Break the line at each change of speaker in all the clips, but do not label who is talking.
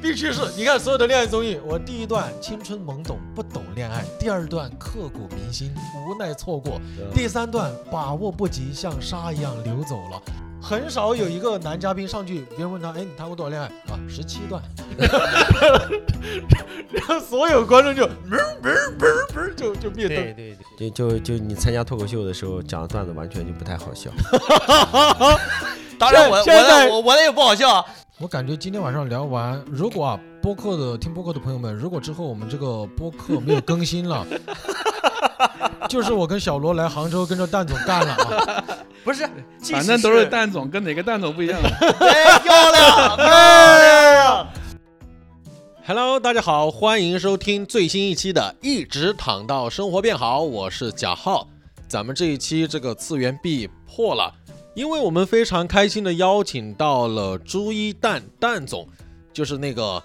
必须是你看所有的恋爱综艺，我第一段青春懵懂不懂恋爱，第二段刻骨铭心无奈错过，
嗯
第三段把握不及像沙一样流走了。很少有一个男嘉宾上去，别人问他，哎，你谈过多少恋爱啊？十七段。 然后所有观众就，哞哞哞哞就就灭灯。
对对对，
就就就你参加脱口秀的时候讲的段子完全就不太好笑。
当然我我
现在
的我我的也不好笑啊，
我感觉今天晚上聊完，如果啊播客的听播客的朋友们，如果之后我们这个播客没有更新了， 就是我跟小罗来杭州跟着蛋总干了啊！
不是，即
反
使
正都是蛋总，跟哪个蛋总不一样。
哎，漂
哎
亮，漂亮，
Hello，大家好，欢迎收听最新一期的《一直躺到生活变好》，我是贾浩。咱们这一期这个次元壁破了，因为我们非常开心的邀请到了朱一蛋蛋总，就是那个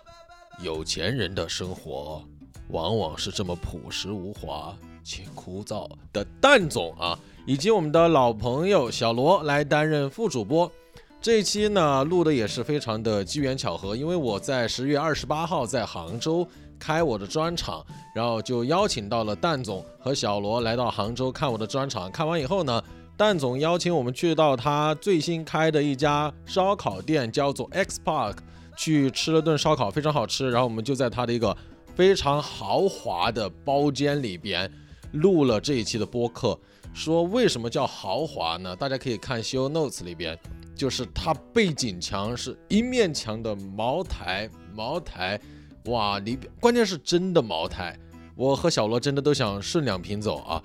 有钱人的生活往往是这么朴实无华且枯燥的蛋总啊，以及我们的老朋友小罗来担任副主播。这一期呢录的也是非常的机缘巧合，因为我在十月二十八号在杭州开我的专场，然后就邀请到了蛋总和小罗来到杭州看我的专场。看完以后呢，蛋总邀请我们去到他最新开的一家烧烤店，叫做 X Park，去吃了顿烧烤，非常好吃。然后我们就在他的一个非常豪华的包间里边录了这一期的播客。说为什么叫豪华呢？大家可以看 show notes 里边。就是它背景墙是一面墙的茅台，茅台，哇，里边关键是真的茅台，我和小罗真的都想顺两瓶走啊。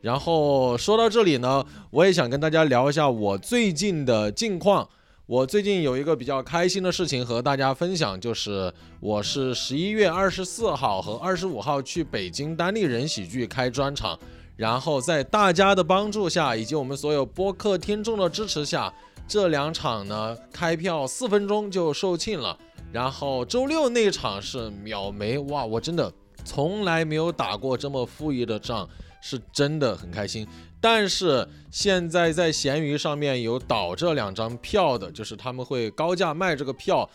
然后说到这里呢，我也想跟大家聊一下我最近的近况。我最近有一个比较开心的事情和大家分享，就是我是十一月二十四号和二十五号去北京单立人喜剧开专场，然后在大家的帮助下，以及我们所有播客听众的支持下，这两场呢，开票四分钟就售罄了。然后周六那场是秒没，哇，我真的从来没有打过这么富裕的仗，是真的很开心。但是现在在闲鱼上面有倒这两张票的，就是他们会高价卖这个票，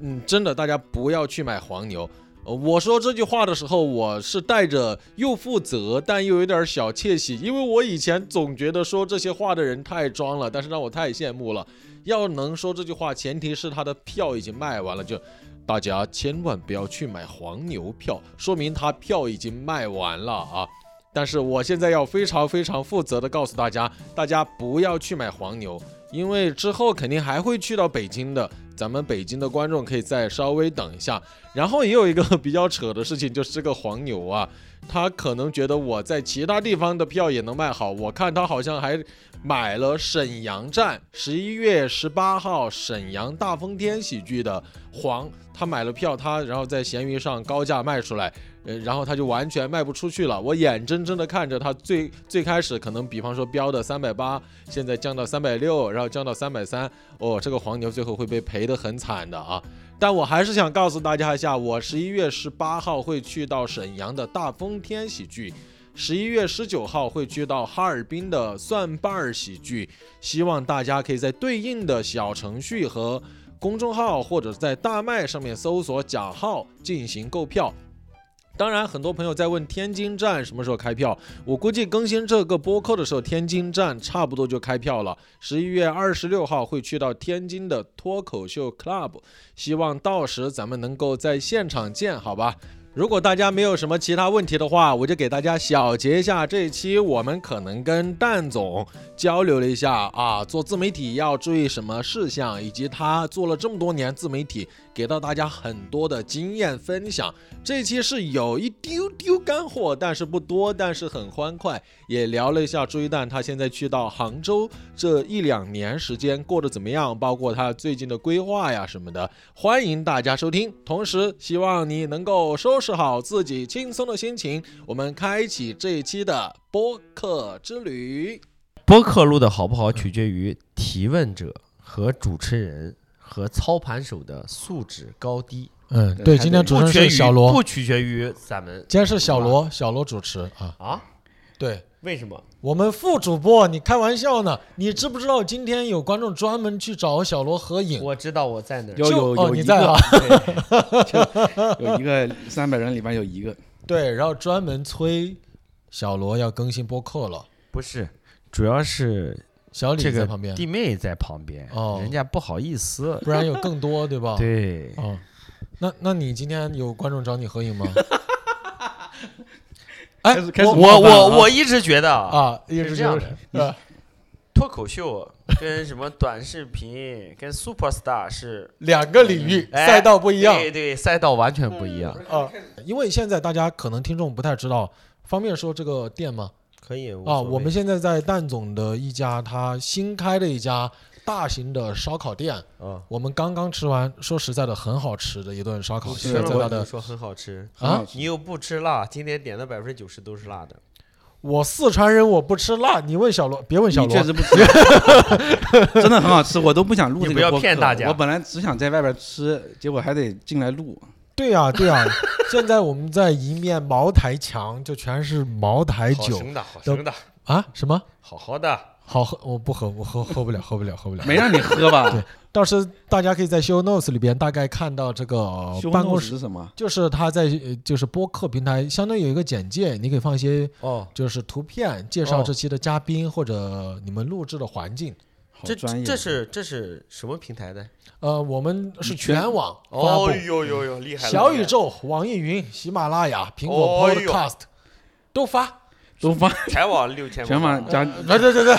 嗯，真的大家不要去买黄牛。呃我说这句话的时候，我是带着又负责但又有点小窃喜，因为我以前总觉得说这些话的人太装了，但是让我太羡慕了。要能说这句话，前提是他的票已经卖完了，就大家千万不要去买黄牛票，说明他票已经卖完了啊。但是我现在要非常非常负责的告诉大家，大家不要去买黄牛，因为之后肯定还会去到北京的，咱们北京的观众可以再稍微等一下。然后也有一个 比较扯的事情，就是这个黄牛啊，他可能觉得我在其他地方的票也能卖好，我看他好像还买了沈阳站十一月十八号沈阳大风天喜剧的黄，他买了票，他然后在闲鱼上高价卖出来，呃，然后他就完全卖不出去了。我眼睁睁的看着他最最开始可能比方说标的三百八，现在降到三百六，然后降到三百三，哦，这个黄牛最后会被赔得很惨的啊。但我还是想告诉大家一下，我十一月十八号会去到沈阳的大风天喜剧，十一月十九号会去到哈尔滨的蒜瓣儿喜剧，希望大家可以在对应的小程序和公众号或者在大麦上面搜索假号进行购票。当然，很多朋友在问天津站什么时候开票，我估计更新这个播客的时候，天津站差不多就开票了。十一月二十六号会去到天津的脱口秀 club，希望到时咱们能够在现场见，好吧？如果大家没有什么其他问题的话，我就给大家小结一下这一期我们可能跟蛋总交流了一下啊，做自媒体要注意什么事项，以及他做了这么多年自媒体，给到大家很多的经验分享。这一期是有一丢丢干货，但是不多，但是很欢快，也聊了一下朱一蛋他现在去到杭州这一两年时间过得怎么样，包括他最近的规划呀什么的，欢迎大家收听。同时，希望你能够收拾好自己轻松的心情，我们开启这一期的播客之旅。
播客录的好不好，取决于提问者和主持人和操盘手的素质高低。
嗯，
还得不取决于不取决于咱们
今天是小罗，小罗主持啊。
啊。
对
为什么？
我们副主播，你开玩笑呢？你知不知道今天有观众专门去找小罗合影？
我知道我在哪儿。
有
就
有
哦
有
你
一
在啊
个 有一个三百人里边有一个，
对，然后专门催小罗要更新播客了。
不是，主要是
小李
这
在
个
旁边，
弟妹在旁边，
哦
人家不好意思。
不然有更多，对吧？。
对，
哦，那那你今天有观众找你合 影吗？哎
开始，开始
我
冒
我
犯了
我我一直觉得啊，
啊，一直
是
就
这样
是
的
呃
脱口秀跟什么短视频跟 Super Star 是
两个领域
哎
赛道不一样
对对，赛道完全不一样。
啊，因为现在大家可能听众不太知道，方便说这个店吗？
可以
啊，我们现在在蛋总的一家他新开的一家大型的烧烤店，
啊，
我们刚刚吃完，说实在的，很好吃的一顿烧烤，现
是
在
吗
在他
我你
的
说很好吃
啊，
你又不吃辣，今天点的百分之九十都是辣的。
我四川人我不吃辣，你问小罗，别问小
你
罗
确，实不吃，啊真的很好吃，我都不想录
你
这个
不要
播客
骗大家
我本来只想在外边吃，结果还得进来录。
对呀、对呀、现在我们在一面茅台墙，就全是茅台
好
酒
生的，好生的，
啊，什么
好好的。
好喝？我不喝，我喝喝不了，喝不了，喝不了。
没让你喝 吧？
到时大家可以在 show notes 里边大概看到这个呃
修
办
弄
公
是
室，
什么？
就是他在呃就是播客平台，相当于有一个简介，你可以放一些
哦，
就是图片介绍
哦
这期的嘉宾或者你们录制的环境。
好
这
专业，
这是这是什么平台的？
呃，我们是
你全
全网发布
哦，呦呦呦，厉害了！
小
厉害
宇
了
宙、网易云、喜马拉雅、苹果
哦呦
Podcast 都发。
都放
全网六千，
全网加，
对对对对，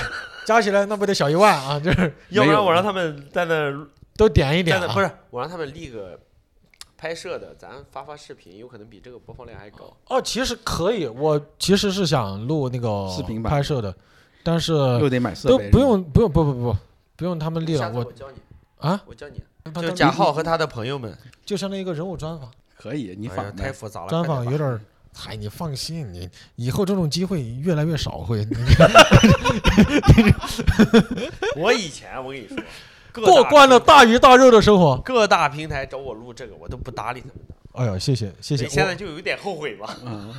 加起来那不得小一万啊？就是
要不
没
然
有
我让他们在那
都点一点、
在
啊，
那不是我让他们立个拍摄的，咱发发视频，有可能比这个播放量还高。
哦，其实可以，我其实是想录那个
视频版
拍摄的，但是
又得买设
都
备，
不用不用不不不不用他们立
下
了，
次
我
我教你，
啊，
我教你，
他
就
们
贾浩和他的朋友们，
就相当于一个人物专访，
可以，你
哎呀
反
太
呗。
复杂了，
专
快
访
点吧
有 点儿。嗨，你放心，你以后这种机会越来越少 会。你
我以前我跟你说，各大
过惯了
平
大鱼大肉的生活。
各大平台找我录这个，我都不搭理他们的。
哎呦，谢谢谢谢。
你现
我
在就有点后悔吧？
嗯，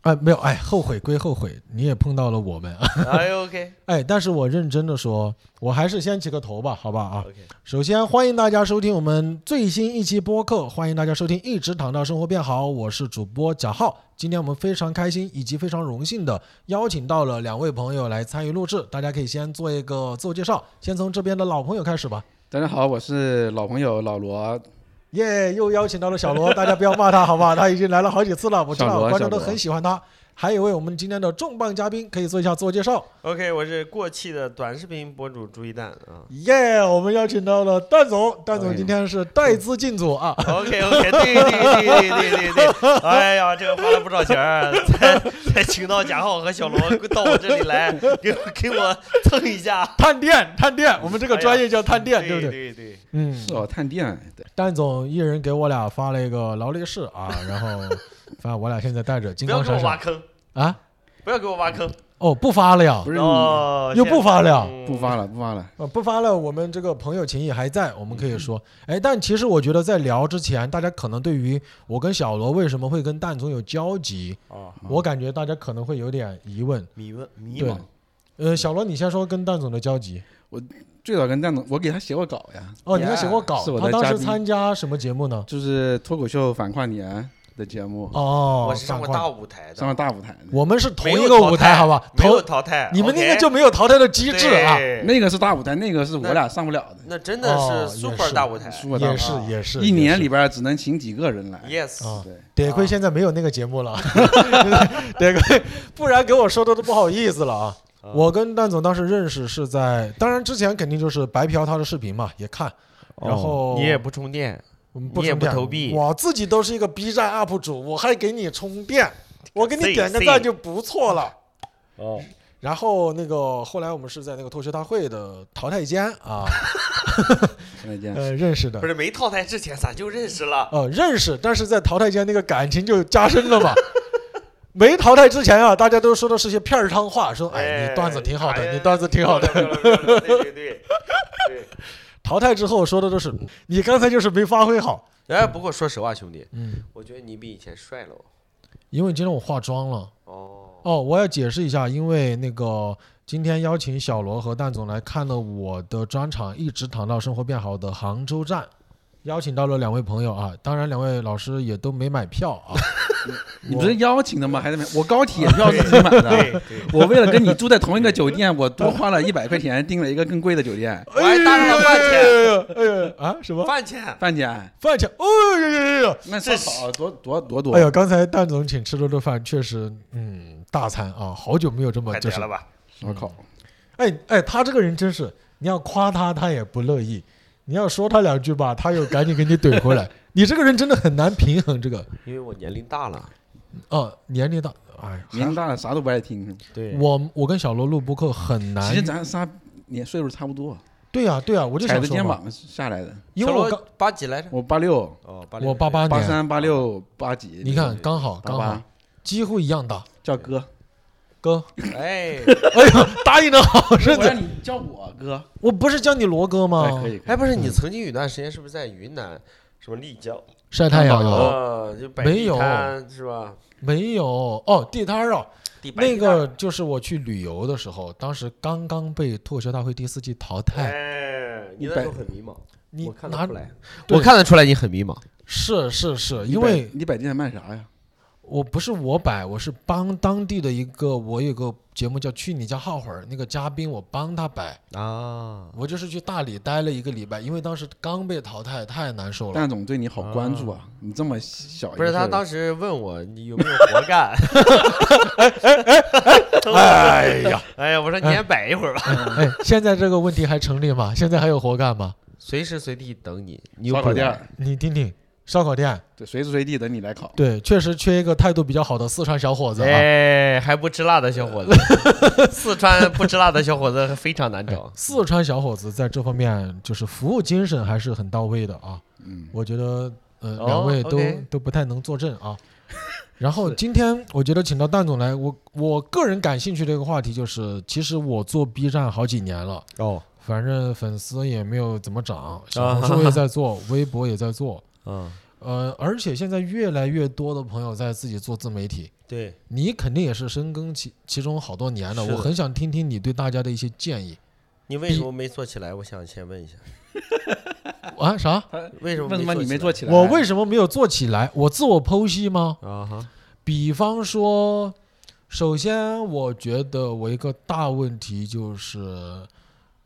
哎，没有哎，后悔归后悔，你也碰到了我们啊。
哎，OK
哎，但是我认真的说，我还是先起个头吧，好吧啊。
OK，
首先，欢迎大家收听我们最新一期播客，欢迎大家收听《一直躺到生活变好》，我是主播贾浩。今天我们非常开心以及非常荣幸的邀请到了两位朋友来参与录制，大家可以先做一个自我介绍，先从这边的老朋友开始吧。
大家好，我是老朋友老罗，
耶、又邀请到了小罗，大家不要骂他，好吧？他已经来了好几次了，我知
小
道
罗
观众都
小罗
很喜欢他。还有一位我们今天的重磅嘉宾，可以做一下自我介绍。
OK，我是过气的短视频博主朱一蛋啊。
耶、我们邀请到了蛋总，蛋
哎
总
呦
今天是带资进组啊。
OK OK，对 对对对对对，哎呀，这个花了不少钱儿， 才才请到贾浩和小罗到我这里来， 给我给我蹭一下。
探店，探店，我们这个专业叫探店，对
哎对
不对？
对对，
嗯
是，哦，探店，对
蛋总一人给我俩发了一个劳力士啊，然后反正我俩现在带着金
不要
刚
给我
闪
挖
闪
坑，
啊，
不要给我挖坑，
哦不发了呀
不，是你
哦，
又不发了呀，
嗯
不发了，不发了，
呃不发了，我们这个朋友情谊还在，我们可以说，哎，但其实我觉得在聊之前，大家可能对于我跟小罗为什么会跟蛋总有交集，
啊，
我感觉大家可能会有点疑问。
迷问迷
对
茫，，
呃，小罗你先说跟蛋总的交 集
最早跟蛋总，我给他写过稿呀。
哎
哦，你还写过
Yeah，
稿
是，我
他
的
当
嘉
时
宾
参加什么节目呢？
就是脱口秀反跨年的节目，
哦，
我是上过
赶快
大舞台
上了
的，
大舞台的。
我们是同
没有
一个
淘
舞台，
汰
好吧？
没有
同
淘汰，
你们那
OK
个就没有淘汰的机制啊，
对
那个是大舞台，那个是我
那
俩上不了的。
那真的
哦
是
也
super
是嗯
大舞台
是我大舞
也
台
是
啊
也是，
一
也
年
是
里边只能请几个人来。
，yes，
啊
对，
得亏
啊
现在没有那个节目了， 得亏，不然给我说的都不好意思了啊。
啊
我跟蛋总当时认识是在，当然之前肯定就是白嫖他的视频嘛，也看，然后
哦你也不充电，
我们不
你也
充
不
电
投币
我自己都是一个 B 站 UP 主，我还给你充电，我给你
碎
点个
碎
赞就不错了。
哦，
然后那个后来我们是在那个脱学大会的淘汰间 啊，
再见。
呃认识的
不，是没淘汰之前咱就认识了，
呃，认识，但是在淘汰间那个感情就加深了 嘛。没淘汰之前啊，大家都说的是些片儿汤话，说哎你段子挺好的，你段子挺好的。
的，漂亮漂亮漂亮对对对
淘汰之后说的都是你刚才就是没发挥好。
对。哎，不过说实话，兄弟，
嗯，
我觉得你比以前帅了哦。
因为今天我化妆了。
哦，
哦，我要解释一下，因为那个今天邀请小罗和蛋总来看了我的专场《一直躺到生活变好》的杭州站，邀请到了两位朋友啊，当然两位老师也都没买票啊。
你不是邀请的吗？还是没？我高铁票自己买的。
对对，
我为了跟你住在同一个酒店，我多花了一百块钱订了一个更贵的酒店。
我还搭上了饭
哎
钱，
呃啊什
哦
么
饭钱，
范姐，
饭钱？哦呦呦呦呦！
那这少多多多多。
哎呀，刚才蛋总请吃了顿饭，确实，嗯，大餐啊，好久没有这么
太
就
绝
是
了，吧？
烧烤，
哎哎，他这个人真是，你要夸他，他也不乐意；你要说他两句吧，他又赶紧给你怼回 来。你这个人真的很难平衡这个。
因为我年龄大了，
哦，年龄大，哎，
年龄大了啥都不爱听。
对
我我跟小罗录播客很
其
难
实。咱仨年岁数差不多，
对呀、对呀、我就
踩
想
着
说
肩
嘛，
膀下来的。
因为
小
我
罗
刚
八几来着？
我八六、
哦，八零
我八八
八
年，
三、八六、八几，
你看刚好
八
刚好
八，
几乎一样大。
叫哥。
哥，
哎，
哎呦，答 应的好日
我
子，
让你叫我哥。
我不是叫你罗哥
哎，
吗
可？以。可以
哎，不是，你曾经有段时间是不是在云南？什么丽江
晒太阳有
啊？就摆
哎没
地
有
摊是吧？
没有？哦，地摊儿啊，
地摆
那
地
个就是我去旅游的时候，当时刚刚被脱口秀大会第四季淘
摊，
汰，
哎，你
一
那
百
时候很迷茫，
你
我看得
拿
出来，
对
我看得出来你很迷茫。
是是是，
你
因
摆
为
你摆地摊卖啥呀？
我不是我摆，我是帮当地的一个，我有个节目叫《去你家耗会儿》，那个嘉宾我帮他摆，
啊，
我就是去大理待了一个礼拜，因为当时刚被淘汰，太难受了。
蛋总对你好关注啊！你这么小一个
不是
事儿
他当时问我你有没 有活干，
哎呀，
哎呀，我说你先摆一会儿吧，
哎，现在这个问题还成立吗？现在还有活干吗？
随时随地等你，你又
烧
不
烤店
来
儿，
你听听，烧烤店，
对，随时随地等你来烤。
对，确实缺一个态度比较好的四川小伙子啊。
哎，还不吃辣的小伙子， 四川不吃辣的小伙子非常难找。
哎
啊
四川小伙子在这方面就是服务精神还是很到位的啊，
嗯，
我觉得呃
哦
两位都
OK
都不太能作证 啊。然后今天我觉得请到蛋总来，我我个人感兴趣的一个话题就是，其实我做 B 站好几年了，
哦，
反正粉丝也没有怎么涨，小红书也在做， 微博也在做，
嗯，
呃，而且现在越来越多的朋友在自己做自媒体，
对，
你肯定也是深耕其其中好多年了，
是的
我很想听听你对大家的一些建议
你为什么没做起来？我想先问一下，
啊啥？
为什么
为什么你没
做
做
起
起来？
我为什么没有做起来？我自我剖析吗？
来？啊哈，
比方说，首先我觉得我一个大问题就是，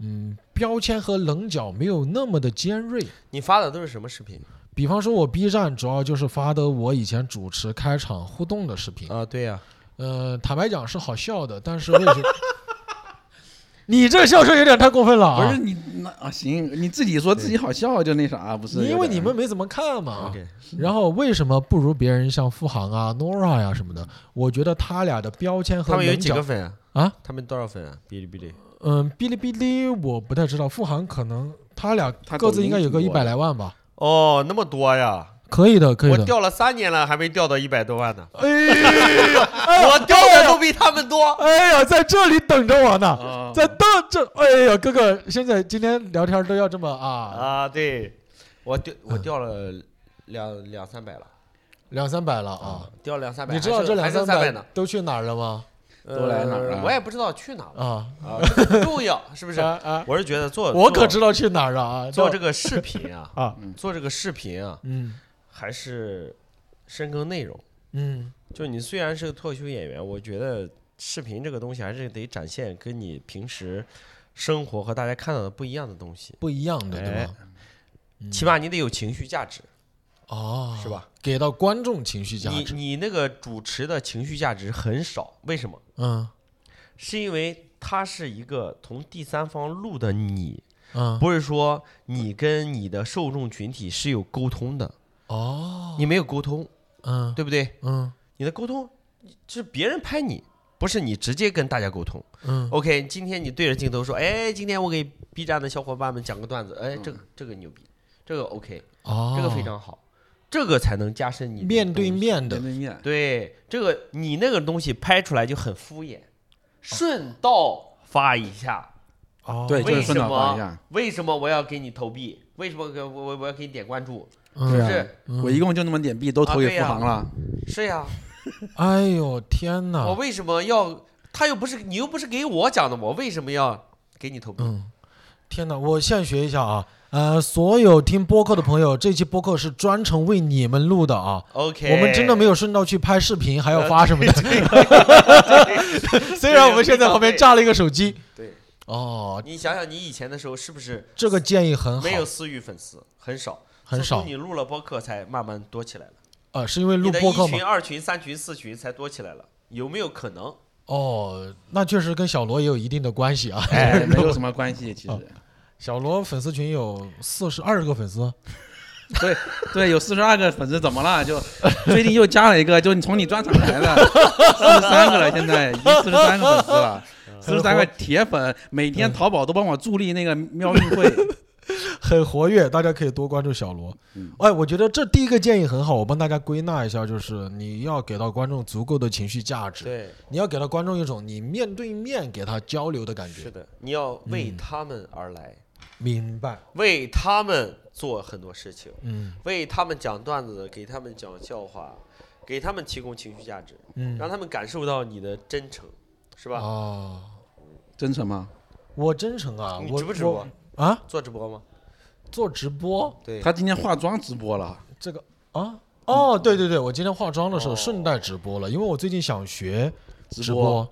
嗯，标签和棱角没有那么的尖锐。
你发的都是什么视频
比方说，我 B 站主要就是发的我以前主持开场互动的视频，
啊？对呀，
呃，坦白讲是好笑的，但是为什 么？你这笑声有点太过分了
不是
啊！
你那啊？行，你自己说自己好笑就那啥，不是有点？
因为你们没怎么看嘛
OK，
然后为什么不如别人像付航啊、Nora 呀、什么的？我觉得他俩的标签和
他们有
棱
几
角
个粉啊？
啊，
他们多少粉啊？哔哩哔哩，
嗯，哔哩哔哩我不太知道，富航可能他俩
他
各自应该有个
抖
一
音挺多
百
的
来万吧，
哦，那么多呀！
可以的，可以
我
的。
掉了三年了，还没掉到一百多万呢，
哎呀，
我掉的都比他们多。
哎呀，在这里等着我呢，
啊，
在到这，哎呀，哥哥，现在今天聊天都要这么啊，
啊，对，我掉我掉了两两三百了
两三百了啊。，
掉两三百，
你知道这两
还剩
三
三百
百
呢？
都去哪儿了吗？
都来哪儿了
呃我也不知道去哪儿了
啊，
啊，这不重要是不
不
是？
啊，
我是觉得做
我可
做
知道去哪儿了啊。
做这个视频啊
啊，
做这个视频啊，
嗯
还是深耕内容。
嗯，
就你虽然是个脱口秀演员，我觉得视频这个东西还是得展现跟你平时生活和大家看到的不一样的东西，
不一样的对
哎
吧？嗯
起码你得有情绪价值，
哦，
是？吧？
给到观众情绪价
你
值，
你那个主持的情绪价值很少，为什么？
嗯
是因为它是一个从第三方录的你，
嗯，
不是说你跟你的受众群体是有沟通的，
哦，
你没有沟通，
嗯
对不对？
嗯
你的沟通是别人拍你，不是你直接跟大家沟通。
嗯
OK，今天你对着镜头说，哎，今天我给 B 站的小伙伴们讲个段子，哎，这个这个牛逼，这个 OK，
嗯哦，
这个非常好，这个才能加深你的
面对
东西。
面
面
的，
对面。
对，这个你那个东西拍出来就很敷衍，顺道发一下。
哦
对，就是
为
顺
什
道发一下
么。？为什么我要给你投币？为什么给我我我要给你点关注？
嗯
是
对
不
啊
是？
嗯
我一共就那么点币，都投给付航了。
是呀，
哎呦天
我
哪！
为什么要？他又不是你又不是给我讲的，我为什么要给你投币？
嗯，天哪！我现学一下啊，呃，所有听播客的朋友，这期播客是专程为你们录的啊。
OK，
我们真的没
有。
有顺道去拍视频，还要发什么的。 虽
然
然
我
我
们
们
现
现
在
在
旁
旁边
边架
架了一个手机。
对。
哦，
你想想，你以前的时候是不是
这个建议很好
没，有私域粉丝，很少，
很
自从
少。
你录了播客才慢慢多起来了，
呃，是因为录
你的
播客
一
吗
群、？二群、三群、四群才多起来了，有没有可能？
哦，那确实跟小罗也有一定的关 系啊。
哎，没有什么关系，其
哦
实。
小罗粉丝群有四十二个粉丝，
对对，有四十二个粉丝，怎么了？就最近又加了一个，就你从你专场来的，四十三个了，现在已经四十三个粉丝了，四十三个铁粉，每天淘宝都帮我助力那个喵运会。
很活跃，大家可以多关注小罗。
嗯
哎，我觉得这第一个建议很好，我帮大家归纳一下，就是你要给到观众足够的情绪价值，
对，
你要给到观众一种你面对面给他交流的感
是嗯
觉。
的，你要为他们而来，
明白，
为他们做很多事情，
嗯
为他们讲段子，给他们讲笑话，给他们提供情绪价值，
嗯，
让他们感受到你的真诚，是吧？
哦，
真诚吗？
我真诚啊，
你
我
直不直播
我？啊？
做直播吗？
做直播
对，
他今天化妆直播了，
这个啊？哦，对对对，我今天化妆的时候
嗯哦
顺带直播了，因为我最近想学直
播。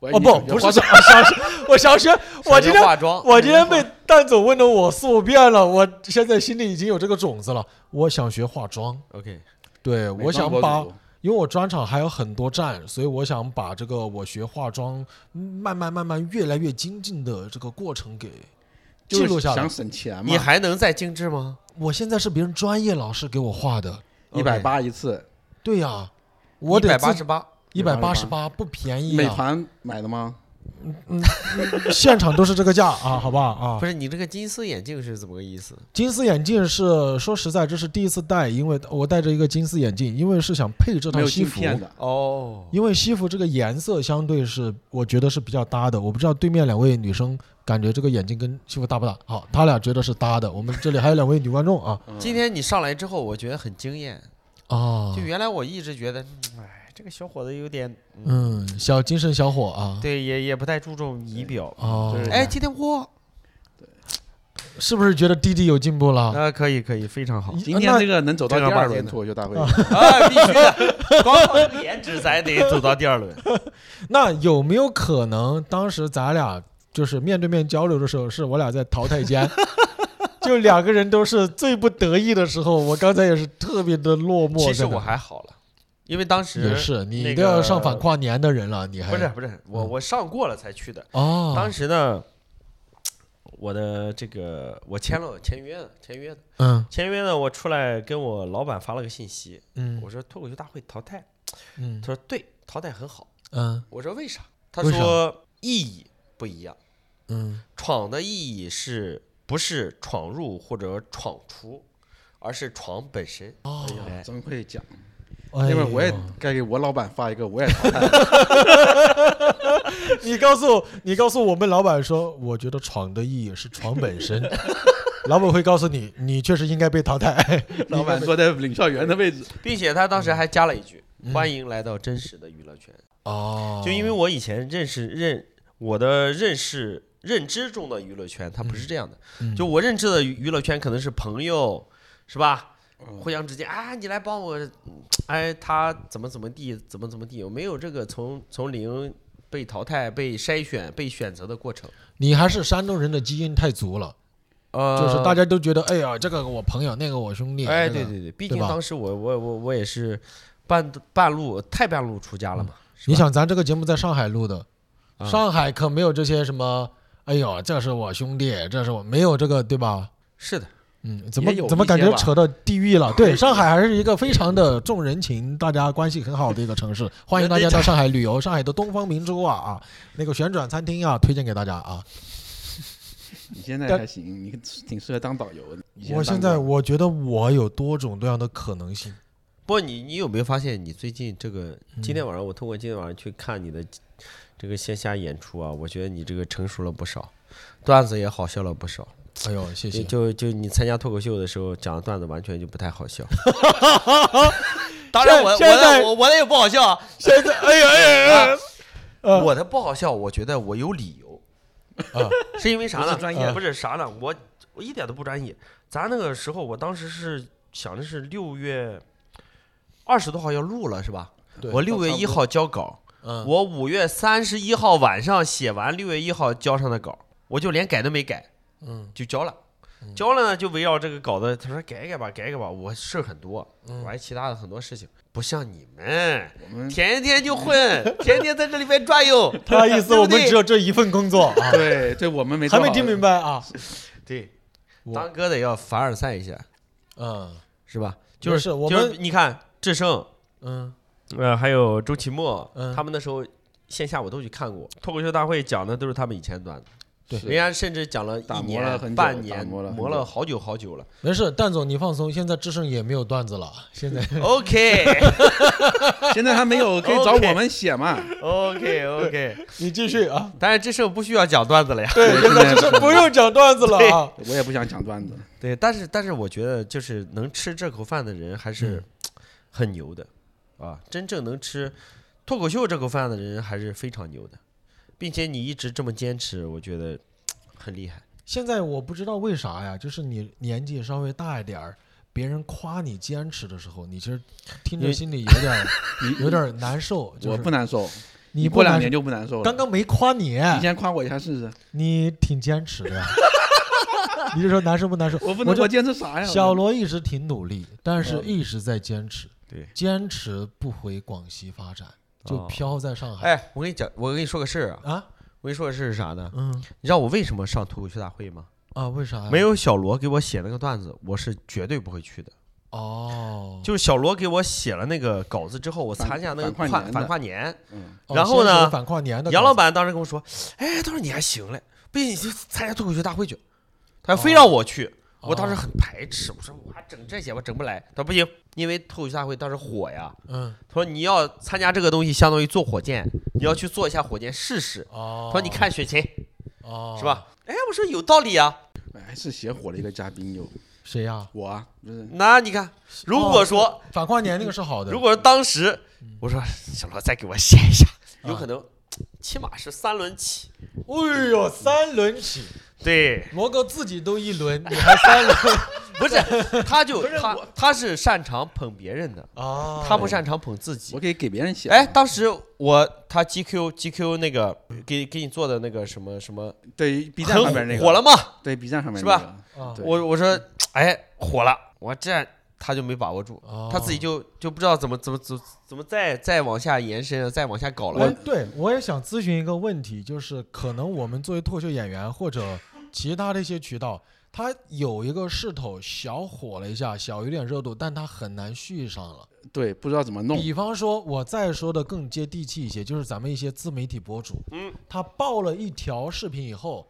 我
哦不，不是想想学，我想 学，我今天
化妆，
我今天被蛋总问了我四五遍了，我现在心里已经有这个种子了。我想学化妆，
OK，
对
美
我
妆
想
博
把
主，
因为我专场还有很多站，所以我想把这个我学化妆慢慢慢慢越来越精进的这个过程给
就
记
是
录下来
想。省钱
你
嘛，
还能再精致吗？
我现在是别人专业老师给我画的，
一百八一次，
对呀、我
一
得
百八十八，
一百八十八不便宜、
美
啊，
团买的吗？
现场都是这个价啊，好不好啊？
不是你这个金丝眼镜是怎么个意思？
金丝眼镜是说实在，这是第一次戴，因为我戴着一个金丝眼镜，因为是想配这
没
套
有
西
镜
服，
片的，
哦，
因为西服这个颜色相对是我觉得是比较搭的。我不知道对面两位女生感觉这个眼镜跟西服搭不搭？好，她俩觉得是搭的。我们这里还有两位女观众 啊
今天你上来之后，我觉得很惊艳。
啊
就，原来我一直觉得，嗯哎，这个小伙子有点，嗯，
嗯，小精神小伙啊，
对，也也不太注重仪表。
哦，
对
哎，今天我，
是不是觉得弟弟有进步了？
啊，可以可以，非常好。
今天这个能走到第
正儿八
二
经
轮
的
脱口秀大会，
啊，必须的，光靠这个颜值，咱得走到第二轮。
那有没有可能当时咱俩就是面对面交流的时候，是我俩在淘汰间， 就两个人都是最不得意的时候？我刚才也是特别的落寞。
其实
真的
我还好了，因为当时
也是，你
那
都要
个
上反跨年的人了，你还
不是不是，我
嗯
我上过了才去的。
哦？
当时呢，我的这个我签了签约的，签约的，
嗯
签约呢，我出来跟我老板发了个信息，
嗯
我说脱口秀大会淘汰，
嗯
他说对，淘汰很好。
嗯
我说为啥？他
为啥
说意义不一样，
嗯
闯的意义是不是闯入或者闯出，而是闯本身。
哦，
哎
真会讲。
哎
一会
呦
儿我也该给我老板发一个，我也
你告诉你告诉我们老板说，我觉得闯的意义是闯本 身。老板会告诉你，你确实应该被淘汰。
老板坐在领笑员的位置，
并且他当时还加了一句：“
嗯
欢迎来到真实的娱乐圈。
哦，
就因为我以前认识认我的认识认知中的娱乐圈，它不是这样的。
嗯
就我认知的娱娱乐圈可能是朋友，是吧？
嗯
互相之间啊，你来帮我，哎，他怎么怎么地，怎么怎么地，我没有这个从从零被淘汰、被筛选、被选择的过程。
你还是山东人的基因太足了，
呃，
就是大
家
家都觉得，哎呀，这个我朋友，那个我兄弟。
哎，
这个
对对对，毕竟
对吧
当时我我我我也是半半路太半路出家了嘛。是吧
你想，咱这个节目在上海录的，
啊
上海可没有这些什么，哎呦，这是我兄弟，这是我没有这个，对吧？
是的，
嗯，怎么
也有
怎么
一
感
些
觉
吧
扯到地狱了？ 对，上海还是一个非常的重人情，大家关系很好的一个城市，欢迎大家到上海旅游。上海的东方明珠啊啊，那个旋转餐厅啊，推荐给大家啊。
你现在
但
还行，你挺适合当导游的。以前
我现
当
在
过
我觉得我有多种多样的可能性。
不过你你有没有发现，你最近这个
嗯
今天晚上，我通过今天晚上去看你的这个线下演出啊，我觉得你这个成熟了不少，段子也好笑了不少。
哎呦，谢
就
谢。
就就你参加脱口秀的时候讲的段子完全就不太好笑。
当
然我我
现在
的我我的也不好笑，啊
现在，哎呀哎呀哎呀，呃
我的不好笑，我觉得我有理由，
啊
是因为啥
不
呢？啊
是专业
不是啥呢？我我一点都不专业。咱那个时候，我当时是想的是六月二十多号要录了，是吧
对？
我六月一号交稿，
嗯，
我五月三十一号晚上写完，六月一号交上的稿，我就连改都没改，
嗯，
就交了。交了呢，就围绕这个稿子，他说改一改吧，改一改吧。我事儿很多，我还其他的很多事情，不像你们，
们
天天 就混，天天在这里边转悠。
嗯他意思我们
对不对
只有这一份工作啊，
对，这我们没
还没听明
白。
白啊？
对，
我
当哥的要凡尔赛一下，
嗯
是吧？
不
就是
我
就是
们
你看智胜，
嗯
呃，还有周奇墨，
嗯
他们那时候线下我都去看过，脱口秀大会讲的都是他们以前段子。
对
人家甚至讲了一
打磨
年、
了很久
半
打
年，
磨了很
磨
久
了好久好久了。
没事，蛋总你放松，现在智胜也没有段子了，现 在
OK
现在还没有，可以找
OK
我们写嘛？
OK OK，
你继续 啊，
但是这事儿不需要讲段子了呀。
对，现在智胜不用讲段子了啊，
我也不想讲段子。
对，但是但是我觉得就是能吃这口饭的人还是很牛的，啊，真正能吃脱口秀这口饭的人还是非常牛的，并且你一直这么坚持，我觉得很厉害。
现在我不知道为啥呀，就是你年纪稍微大一点儿，别人夸你坚持的时候，你其实听着
你
心里有点儿
你
有点儿难受。就
我
是
不难受，
你
过
难
两年
受，
就不难受了。
刚刚啊没夸你，
你先夸我一下试试。
你挺坚持的 呀。你就说难受不难受？
我不
我
能，
就
我坚持啥呀？
小
我
罗一直挺努力，但是一直在坚持，
对，
坚持不回广西发展，就
哦
飘在上海。
哎，我跟你讲，我跟你说个事儿啊，
啊，
我跟你说个事儿是啥呢？
嗯
你知道我为什么上脱口秀大会吗？
啊，为啥呀？
没有小罗给我写那个段子，我是绝对不会去的。
哦，
就是小罗给我写了那个稿子之后，我
反
参加那个
反跨
跨
年的
反跨年，
嗯，
哦
然后
先
呢
有反跨年的
杨老
稿子
板当时跟我说：“哎，他说你还行嘞，不行你去参加脱口秀大会去。”他非让我去，我当时
哦
很排斥，我说我还整这些我整不来。他说不行，因为脱口秀大会当时火呀。
嗯
他说你要参加这个东西，相当于坐火箭，你要去坐一下火箭试试。
哦
他，说你看雪琴
哦
是？吧？哎，我说有道理啊。
哎还是写火了一个嘉宾有
谁呀？
我啊，不
嗯
是
那你看，如果说
反跨年那个是好的，
如果当时我说小罗再给我写一下，有
啊
可能起码是三轮起。
哎呦三轮起，
对，
罗哥自己都一轮，你还三轮
不是，他就他他是擅长捧别人的，
啊？
他不擅长捧自己
我。可以给别人写。
哎，，当时我他 GQ GQ 那个给给你做的那个什么什么，
对 B 站上面那
很
个
火了，嘛？
对 B 站上面
是吧
啊
对
我我说哎火了，我这他就没把握住，
哦
他自己就就不知道怎么怎么怎么怎么再再往下延伸啊，再往下搞
哎
了。，
对，我也想咨询一个问题，就是可能我们作为脱口秀演员或者其他的一些渠道，他有一个势头小火了一下，小有点热度，但他很难续上了。
对，不知道怎么弄。
比方说，我再说的更接地气一些，就是咱们一些自媒体博主，
嗯，
他爆了一条视频以后，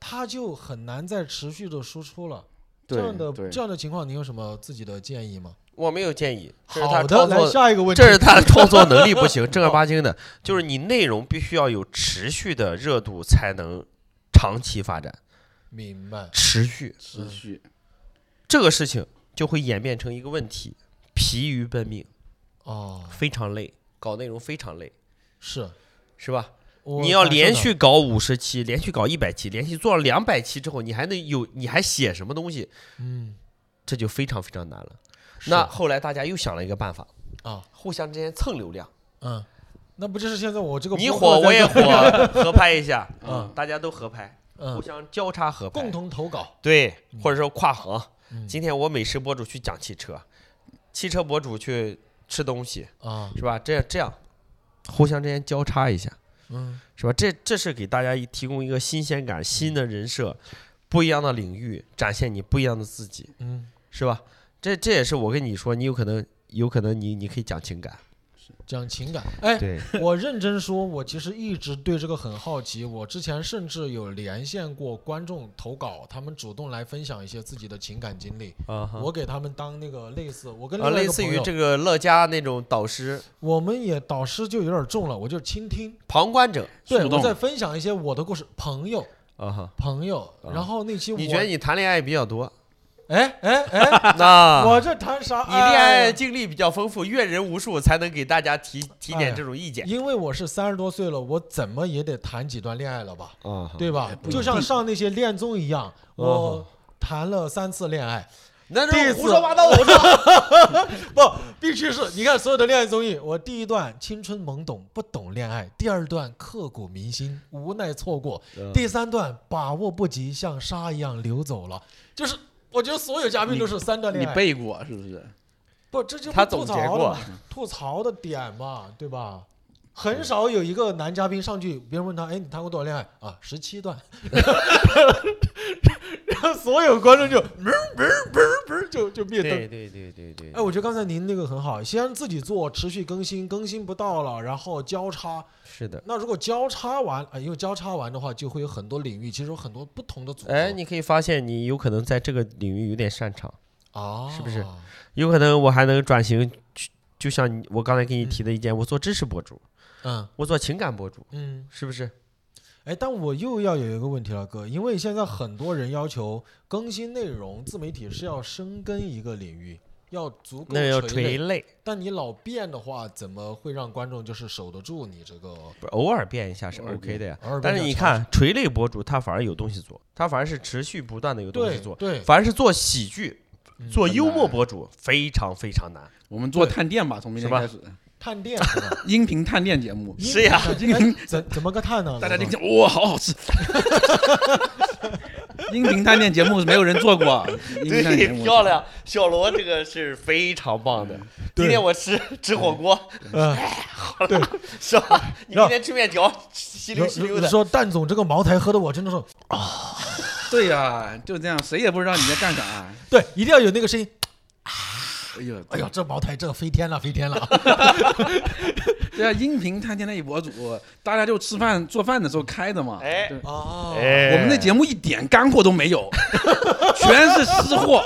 他就很难再持续的输出了。这
对
样的
对
这样的情况，你有什么自己的建议吗？
我没有建议，这是
好
他
的，
创
来
作
下一个问题。
这是他的创作能力不行，正儿八经的，就是你内容必须要有持续的热度，才能长期发展。
明白，
持续
持续
这个事情就会演变成一个问题：疲于奔命，
哦，
非常累，搞内容非常累，
是，
是吧？
我
你要
感受
连
到
续搞五十期，连续搞一百期，连续做了两百期之后，你还能有，你还写什么东西？
嗯，
这就非常非常难了。
是
那后来大家又想了一个办法，
啊，
互相之间蹭流量，
嗯，那不就是现在我这个
你
播客
火
在
我也
做
火，合拍一下，
嗯
大家都合拍，互
嗯，
相交叉合拍，
共同投稿，
对，或者说跨行。
嗯
今天我美食博主去讲汽车，汽车博主去吃东西，
啊，
是吧？这样这样，互相之间交叉一下，
嗯，
是吧？这这是给大家一提供一个新鲜感、新的人设、不一样的领域，展现你不一样的自己，
嗯，
是吧？这这也是我跟你说，你有可能，有可能你你可以讲情感，
讲情感。哎，
对，
我认真说，我其实一直对这个很好奇。我之前甚至有连线过观众投稿，他们主动来分享一些自己的情感经历，
啊哈
我给他们当那个类似，我跟
啊，
另外一
类
个
似
朋
于
友，
这个乐嘉那种导师、
我们也导师就有点重了，我就倾听，
旁观者
对
树
我
洞
在分享一些我的故事，朋友。
啊哈。
朋友，
啊
然后那期我
你觉得你谈恋爱比较多，
哎哎 哎，
那
我这谈啥？
你恋
哎
爱经历比较丰富，阅人无数，才能给大家提提
哎
点这种意见。
因为我是三十多岁了，我怎么也得谈几段恋爱了吧，
啊，
对
哎
吧？就像上那些恋综一
啊
样，我谈了三次恋爱，
那
第一
是
次
胡说八道，我说
不，必须是你看所有的恋爱综艺，我第一段青春懵懂不懂恋爱，第二段刻骨铭心无奈错过，
啊
第三段把握不及像沙一样流走了，就是我觉得所有嘉宾都是三段
你
恋爱，
背过是不是？
不，这就
他
不吐
总结
槽的
过
嘛，
嗯
吐槽的点嘛，对吧？很少有一个男嘉宾上去，别人问他，哎，你谈过多少恋爱啊？十七段， 然后所有观 众就嘣嘣嘣嘣就就灭灯。
对对对对对，
哎，我觉得刚才您那个很好，先自己做，持续更新，更新不到了，然后交叉。
是的。
那如果交叉完，哎，因为交叉完的话，就会有很多领域，其实有很多不同的组合。
哎，你可以发现你有可能在这个领域有点擅长，
啊，
是不是？有可能我还能转型去，就像你我刚才给你提的意见，我做知识博主，
嗯
我做情感博主，
嗯。
是不是？
哎，但我又要有一个问题了，哥，因为现在很多人要求更新内容，自媒体是要深耕一个领域，要足够
那要
垂
垂
类。
泪，
但你老变的话，怎么会让观众就是守得住你这个？
不是偶尔变一下是
偶尔
OK 的呀。
偶尔
但
变
是
点
你
尝
看垂泪博主，他反而有东西做，他反而是持续不断的有东
对
西做，
对，
反而是做喜剧、
嗯
做
很
幽默
难
博主非常非常难。
我们做
对
探店吧，从明天
是吧
开始，
探店是 吧？
音频探店节目，
音
是
频
呀
探
今
哎
天
怎怎么个探呢？
大家
哥
听听，哇、好 好吃。音频探店节目是没有人做过，音频探店节目
漂亮，小罗这个是非常棒的。
嗯对
今天我吃吃火锅，哎
嗯
是吧？你
让
今天吃面条，稀溜稀
如
溜
如
的。
说蛋总这个茅台喝的，我真的是
对呀、就这样，谁也不知道你在干啥。
对，一定要有那个声音。
哎呦，
哎呦，这茅台这飞天了，飞天了！
对啊，音频探店那一博主，大家就吃饭做饭的时候开的嘛。
哎
对
哦，
哎
我们的节目一点干货都没 有，全是湿货，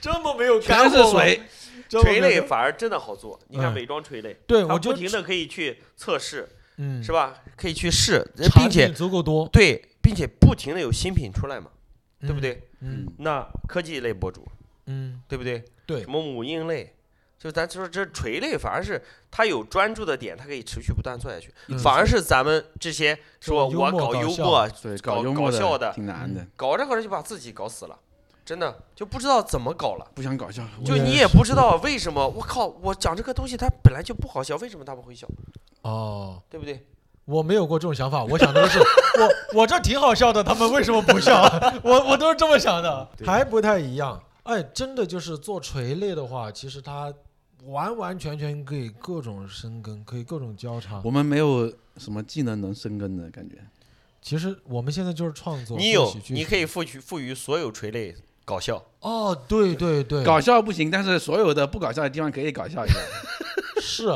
这么没有
全是水。
这么没
垂
有
泪反而真的好做，你看
嗯
美妆垂泪，
对
它
我就
不停的可以去测试，
嗯，
是吧？可以去试，
产
并且
品足够多，
对，并且不停的有新品出来嘛，对不对？
嗯？
那科技类博主，
嗯
对不对？
对
什么母婴类，就咱说这垂类，反而是它有专注的点，它可以持续不断做下去，
嗯，
反而是咱们这些说
这个幽
我
默
搞
搞
幽
笑
默，
对，
搞
幽默
搞笑的嗯
挺难的，
搞着搞着就把自己搞死了，真的就不知道怎么搞了。
不想搞笑。
就
也
你也不知道为什么，我靠！我讲这个东西，它本来就不好笑，为什么他们会笑，
哦，
对不对？
我没有过这种想法，我想 的是我我这挺好笑的，他们为什么不笑？我我都是这么想的，还不太一样。哎，真的就是做垂类的话，其实它完完全全可以各种深耕，可以各种交叉。
我们没有什么技能能生根的感觉。
其实我们现在就是创作，
你
做
有
喜，剧
你可以赋予赋予所有垂类搞笑，
哦，对对对，
搞笑不行，但是所有的不搞笑的地方可以搞笑一下。
是。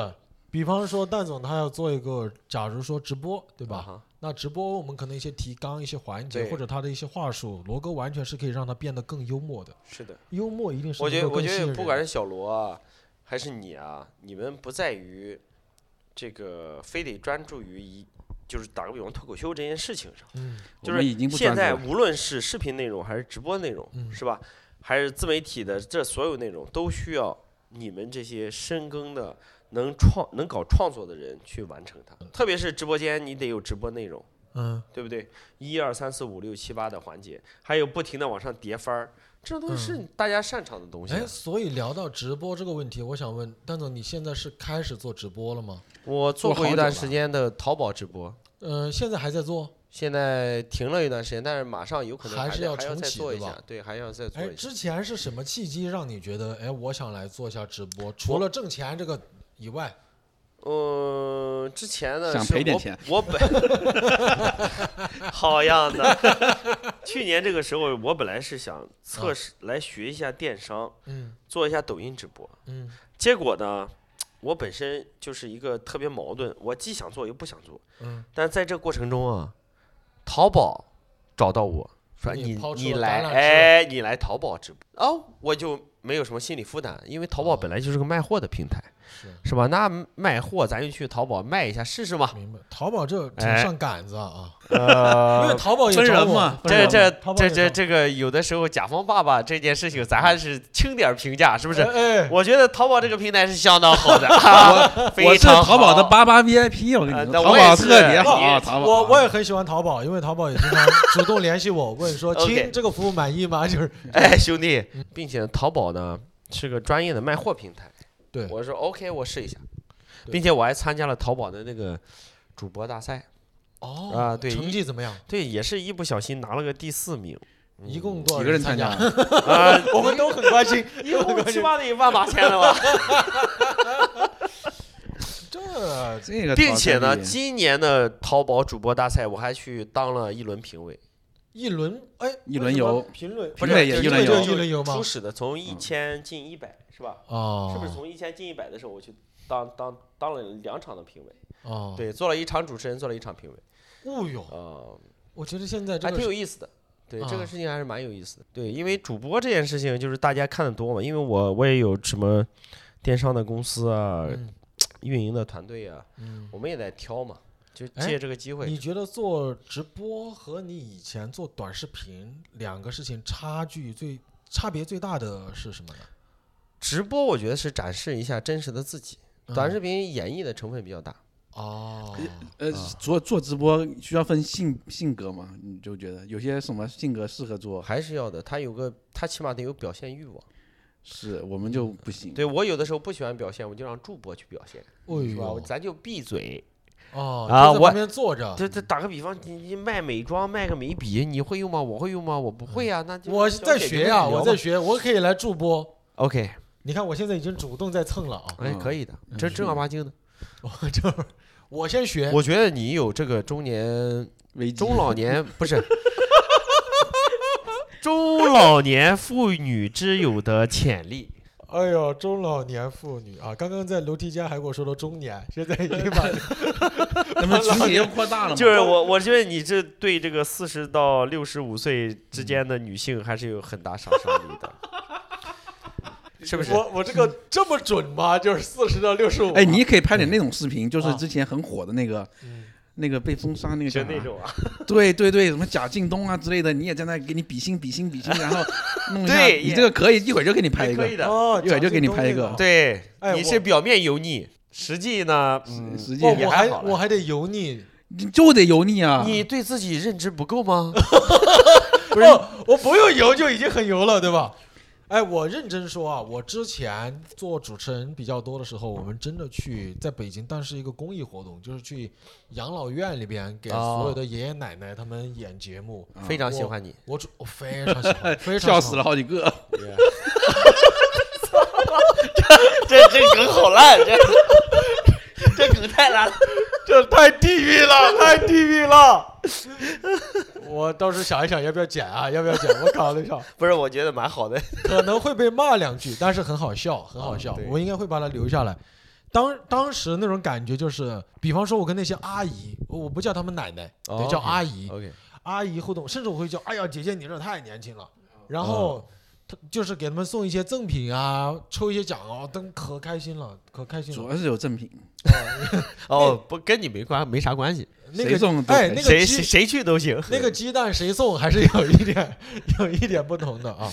比方说，蛋总他要做一个，假如说直播，对吧？
啊
那直播我们可能一些提纲、一些环节，
对
或者他的一些话术，罗哥完全是可以让他变得更幽默的。
哈？是的，
幽默一定是
我觉得
能够
我
更吸
觉
引
得
人
不管是小罗啊，还是你啊，你们不在于这个非得专注于一，就是打个比方，脱口秀这件事情上，
嗯
就
我们
是
已经不
现
专注
在
了
无论是视频内容还是直播内容，
嗯
是吧？还是自媒体的这所有内容，都需要你们这些深耕的、能创、能搞创作的人去完成它。特别是直播间，你得有直播内容。
嗯
对不对？一二三四五六七八的环节，还有不停的往上叠番儿，这种东西是大家擅长的东西啊。
嗯哎，所以聊到直播这个问题，我想问蛋总，你现在是开始做直播了吗？
我做
做
过
好
一段
久
时
了
间的淘宝直播，
呃，现在还在做。
现在停了一段时间，但是马上有可能
还
还
是
得
要
还要
重
再
启
做
对
一
吧
下，对，还要再做
哎，
一下。
之前是什么契机让你觉得，哎，我想来做一下直播？除了挣钱这个以外，
嗯，之前呢
想
是
赔点
我
钱，
我 本好样的。 去年这个时候，我本来是想测
啊
试来学一下电商，
嗯
做一下抖音直播。
嗯
结果呢，我本身就是一个特别矛盾，我既想做又不想做。
嗯，
但在这过程中啊，淘宝找到我说
你
你
抛出
你
了橄
来
榄枝
哎你来淘宝直播哦，我就没有什么心理负担，因为淘宝本来就是个卖货的平台，
哦是
是吧？那卖货咱就去淘宝卖一下试试嘛。
明白。淘宝这挺上杆子啊，因 为
呃，
淘宝也
分
找
人
我
嘛，分
这
人嘛
这
啊淘宝
这
也
这
找
这个有的时候甲方爸爸这件事情，咱还是轻点儿评价，是不是？
哎，哎
我觉得淘宝这个平台是相当 好的，啊、
我
非
是
常好
淘宝的八八 VIP，我跟
啊
你
那
说，淘
我也
宝
是
特别好
你也
啊，
是
淘宝。
哎哦我我也很喜欢淘宝，因为淘宝也经常主动联系我，问 说：“
OK
亲，这个服务满意吗？”就是
哎，兄弟，并且淘宝呢是个专业的卖货平台。
对
我说 OK，我试一下，
对
并且我还参加了淘宝的那个主播大赛，
哦
啊对
成绩怎么样？
对，也是一不小心拿了个第四名，
一共多少
几个人
参
参 加？？
啊、
我们都很关心。
一共起码得有万把千了吧，
这
这个
并且呢，
淘宝这里
今年的淘宝主播大赛我还去当了一轮评委，
一轮哎，
一轮游，
评论
评委也
就是
一轮
就
游
是
一轮游吗
初始的从一千进一百是吧？
哦，
是不是从一千进一百的时候，我去当当当了两场的评委？
哦，
对，做了一场主持人，做了一场评委，
哦哟，
啊、
我觉得现在这
还挺
个
有意思的。对、这
啊
个事情还是蛮有意思的。对，因为主播这件事情就是大家看的多嘛，因为我我也有什么电商的公司啊，
嗯
运营的团队啊，
嗯，
我们也在挑嘛，就
哎
借这个机会
你。觉得做直播和你以前做短视频两个事情差距最差别最大的是什么呢？
直播我觉得是展示一下真实的自己，
嗯
短视频演绎的成分比较大。
哦，
呃，做做直播需要分性性格嘛？你就觉得有些什么性格适合做，
还是要的，他有个，他起码得有表现欲望。
是我们就不行。
对我有的时候不喜欢表现，我就让助播去表现，
哦
是吧？
哟，
咱就闭嘴，
哦，
啊
就在
我
旁边坐着，
这这打个比方，你你卖美妆卖个眉笔，你会用吗？我会用吗？我不会呀、那就
我
小
在
姐
学
姐
呀、
聊
我
嘛
在学，我可以来助播。
OK，
你看，我现在已经主动在蹭了啊！
哎，
嗯
可以的，这正儿八经的。
我这我先学，
我觉得你有这个中年、
危机
中老 年不 是中老年妇女之友的潜力。
哎呦，中老年妇女啊，刚刚在楼梯间还给我说到中年，现在已经把
咱们群体又扩大了嘛？
就是我，我觉得你这对这个四十到六十五岁之间的女性还是有很大杀伤力 的，是不是？
我我这 个这么准吗？就是四十到六十五。
哎，你可以拍点那种视频，就是
啊
之前很火的那个
嗯，
那个被封杀那个叫
就
啥
那种啊，
对对对，什么贾静东啊之类的，你也在那给你比心比心 比心，然后弄一下，
对
你
也
这个可以，一会儿就给你拍一
可以
个，
的。
哦，
啊一会儿就
蒋
给你
劲东
拍一
那
个
啊
对
哎，
你
我
是表面油腻，实际呢，嗯，
实际
哦，
也
我
还
还
好了
我还得油 腻，
你就得油腻啊。
你对自己认知不够吗？
不是、哦、我不用油就已经很油了，对吧？哎，我认真说啊，我之前做主持人比较多的时候，我们真的去在北京，但是一个公益活动，就是去养老院里边给
哦
所有的爷爷奶奶他们演节目。
啊
非常喜欢你。
我主我非常喜 欢，非常喜欢
笑死了。好几个，
这这梗好烂， 这这梗太烂了， 这太地狱了，太地狱了。
我到时候想一想，要不要剪啊？要不要剪？我考虑一下，
不是，我觉得蛮好 的。
可能会被骂两句，但是很好笑，很好笑。
嗯对
我应该会把它留下来。当当时那种感觉就是，比方说我跟那些阿姨，我不叫她们奶奶，得叫阿姨。
哦 OK，
阿姨互动，甚至我会叫，哎呀，姐姐你这太年轻了。
哦
然后他就是给他们送一些赠品啊，抽一些奖哦，真可开心了，可开心
主
了。
要是有正品，
哦，不跟你没关，没啥关系，
那
谁
个
送都
哎，
可
那
以
个
谁谁
鸡
谁去都行。
那个鸡蛋谁送还是有一点 有一点不同的啊。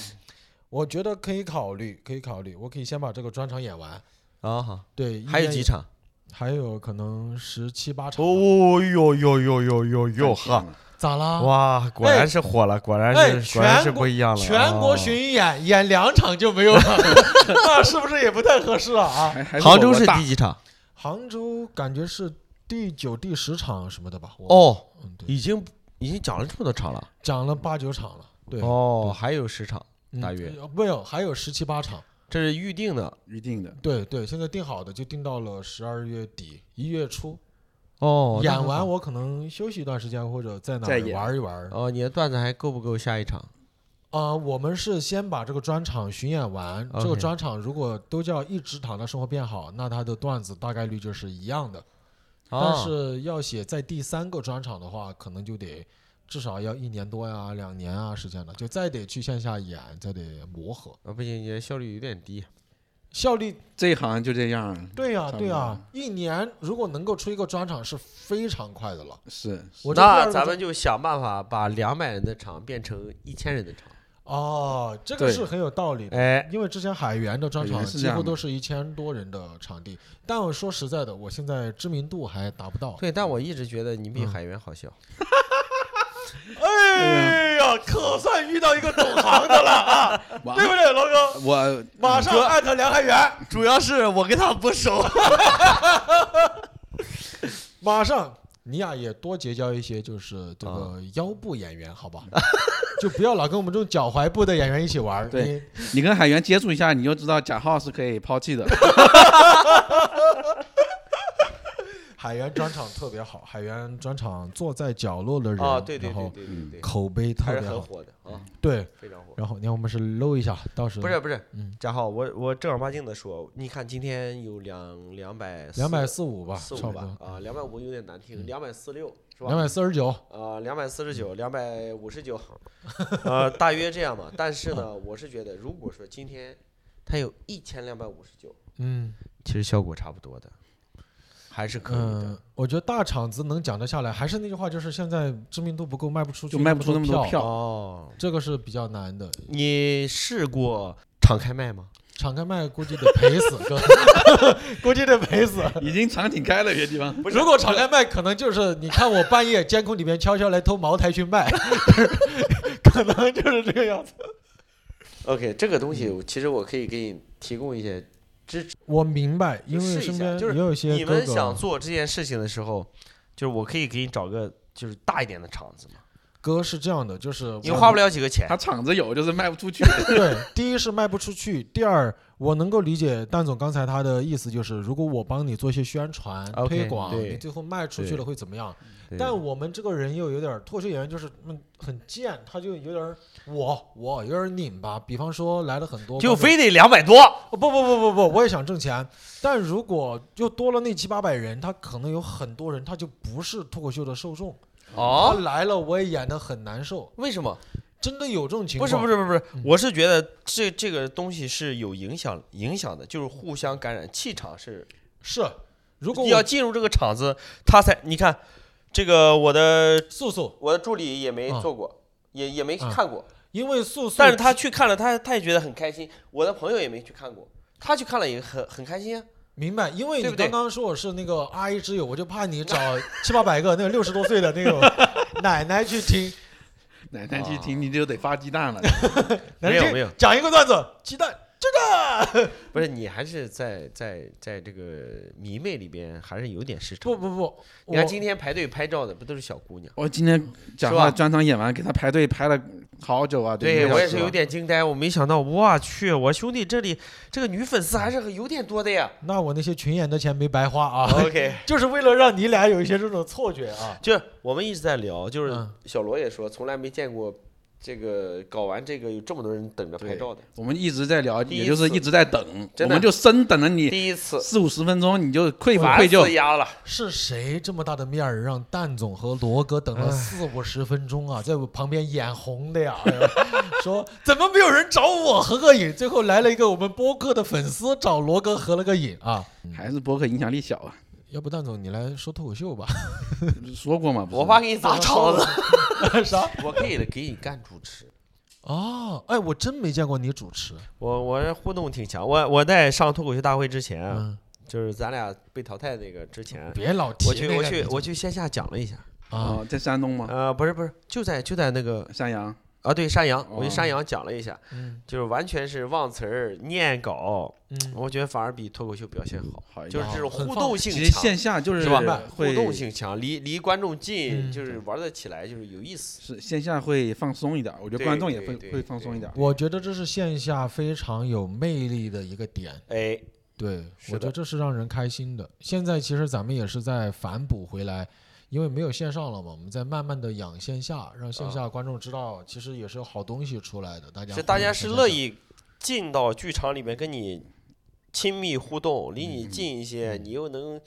我觉得可以考虑，可以考虑，我可以先把这个专场演完。
啊，好
对，
还有
应该
几，场？
还有可能十七八场吧。
哦呦呦呦呦呦呦
哈
呵，，
咋啦？
哇，果然是火了，果然
哎
是哎果然是
全国
不一样了。
全国
哦
巡演、演两场就没 有了，那是不是也不太合适了啊？
还还
杭州
我
是
大
第几场？
杭州感觉是第九、第十场什么的吧？我，
哦，
嗯，对，
已经已经讲了这么多场了。
讲了八九场了，对，
哦，还有十场，大约
嗯呃没有，还有十七八场，
这是预定的。
预定的，
对对，现在定好的就定到了十二月底一月初，
哦，那
演
很好
完我可能休息一段时间，或者在哪
再
儿
演
玩一玩儿。啊、
哦，你的段子还够不够下一场？
呃我们是先把这个专场巡演完，这个
OK
专场如果都叫一直躺到生活变好，那它的段子大概率就是一样的。但
哦
是要写在第三个专场的话，可能就得至少要一年多呀、两年啊时间了，就再得去线下演，再得磨合，
啊，不行，你的效率有点低。
效率
这一行就这样，
对呀、
差不
对呀、
多
一年如果能够出一个专场是非常快的了。
是
我这第二
那
个
咱
专
们就想办法把两百人的场变成一千人的场。
哦，这个
对
是很有道理的。
哎，
因为之前海源的专
海
场
源是这
几乎
样的
都是一千多人的场地，但我说实在的，我现在知名度还达不到。
对，但我一直觉得你比
嗯
海源好笑。
哎
呀，可算遇到一个懂行的了啊，
我
不对，老哥？
我
马上艾特梁汉元。主要是我跟他不熟。
啊
马上，你呀也多结交一些就是这
啊
个腰部演员，好吧？ 就不要老跟我们这种脚踝部的演员一起玩儿。
对
你，
你跟海源接触一下，你就知道贾浩是可以抛弃的。
海源专场特别好，海源专场坐在角落的人，
啊，对对
然
对
后
对对对，
口碑
还
特
是
别
很
好。
火的啊，
对，
非常火。
然后你看我们是搂一下，到时
不是不是
嗯，
贾浩，我我正儿八经的说，你看今天有两两百
两百四五吧，
四
差
五
不
吧
多，嗯
啊，两百五有点难听，两百四六是吧
两？百四十九。
呃，两百四十九，两百五 十九，呃，大约这样吧。但是呢，我是觉得，如果说今天它有一千两百五十九，
嗯
其实效果差不多的，还是可以的。
嗯，我觉得大场子能讲得下来，还是那句话，就是现在知名度不够，卖不出去，
就卖不出那么多票
哦，
这个是比较难的。
你试过敞开麦吗？
敞开麦估计得赔 死，哥，估计得赔死。
已经场景开了，别地方
如果敞开卖，可能就是你看我半夜监控里面悄悄来偷茅台去卖，可能就是这个样子。
OK，这个东西我其实我可以给你提供一些支持。
我明白，因为身边也有一些
你
哥
们想
哥，
做这件事情的时候，就是我可以给你找个就是大一点的场
嗯
子嘛，
哥是这样的，就是
你花不了几个钱
他。场子有，就是卖不 出去。
对， 第一是卖不出去，第二我能够理解蛋总刚才他的意思，就是如果我帮你做一些宣传
OK，
推广，
对
你最后卖出去了会怎么样？
对
但我们这个人又有点儿脱口秀演员，就是嗯很贱，他就有点儿我我有点儿拧巴。比方说来了很多观众，
就非得两百多，
哦不不不不不，我也想挣钱，但如果又多了那七八百人，他可能有很多人他就不是脱口秀的受众，
哦
他来了我也演得很难受，
为什么？
真的有这种情
不
况。
是不
是，
是不是不是，我是觉得这这个东西是有影响影响的，就是互相感染，气场是
是，如果
要
我
进入这个场子，他才你看，这个我的
素素，
我的助理也没
啊
做过，也也没
啊
看过，
因为素素，
但是他去看了，他他也觉得很开心。我的朋友也没去看过，他去看了也很很开心啊。
明白，因为
对
你
不对
刚刚说我是那个阿姨之友，我就怕你找七八百个那个六十多岁的那种 奶奶去听。
奶奶去听你就得发鸡蛋了。
奶奶
没有
听
没有，
讲一个段子，鸡蛋
不是你还是在在在这个迷妹里边还是有点市
不
场的。
不不，
你看
我
今天排队拍照的不都是小姑娘？
我今天贾
是吧
浩专场演完，给他排队排了好久啊。一个
我也
小时
是
吧
有。点惊呆，我没想到，我去，我兄弟这里这个女粉丝还是很有点多的呀。
那我那些群演的钱没白花啊，
OK，
就是为了让你俩有一些这种错觉啊。
就是我们一直在聊，就是
嗯，
小罗也说从来没见过这个搞完这个有这么多人等着拍
对
照的，
我们一直在聊，
第一
也就是
次
一直在等，
真
我
的
们就生等了你
第一次
四五十分钟，你就愧疚
完
愧
死
疚。
丫 了。
是谁这么大的面儿让蛋总和罗哥等了四五十分钟啊，在我旁边眼红的呀， 哎呦说怎么没有人找我合个影？最后来了一个我们播客的粉丝找罗哥合了个影啊。
还是博客影响 力小啊，
要不蛋总你来说脱口 秀吧？
说过嘛。不是
我爸给你砸场子，
啥？
我可以给你干主持。
哦，哎，我真没见过你主持。
我我这互动挺强，我我在上脱口秀大会之前，啊
嗯，
就是咱俩被淘汰那个之前，
别老提
我去
那个
我去
你
我去线下讲了一下，
啊，
哦，在山东嘛，
呃，不是不是，就在就在那个
山阳。
啊，对山羊，
哦
我去山羊讲了一下，
嗯
就是完全是忘词儿念稿，
嗯，
我觉得反而比脱口秀表现好，
好一
就
点
是这种
很
互
放
动
其
性
实
强，
线下就是
是吧？
会
互动性强，离离观众近，
嗯
就是玩得起来，就是有意思。
是线下会放松一点，我觉得
对
观众也
对
会
对
会放松一点。
我觉得这是线下非常有魅力的一个点。
哎，
对，
是
我觉
的
得这是让人开心的。现在其实咱们也是在反哺回来，因为没有线上了嘛，我们在慢慢的养线下，让线
啊
下观众知道，其实也是有好东西出来的。大家
是大
互
家
相
是
线
乐
下
意进到剧场里面跟你亲密互动，离
嗯
你啊
嗯
近一些，你又能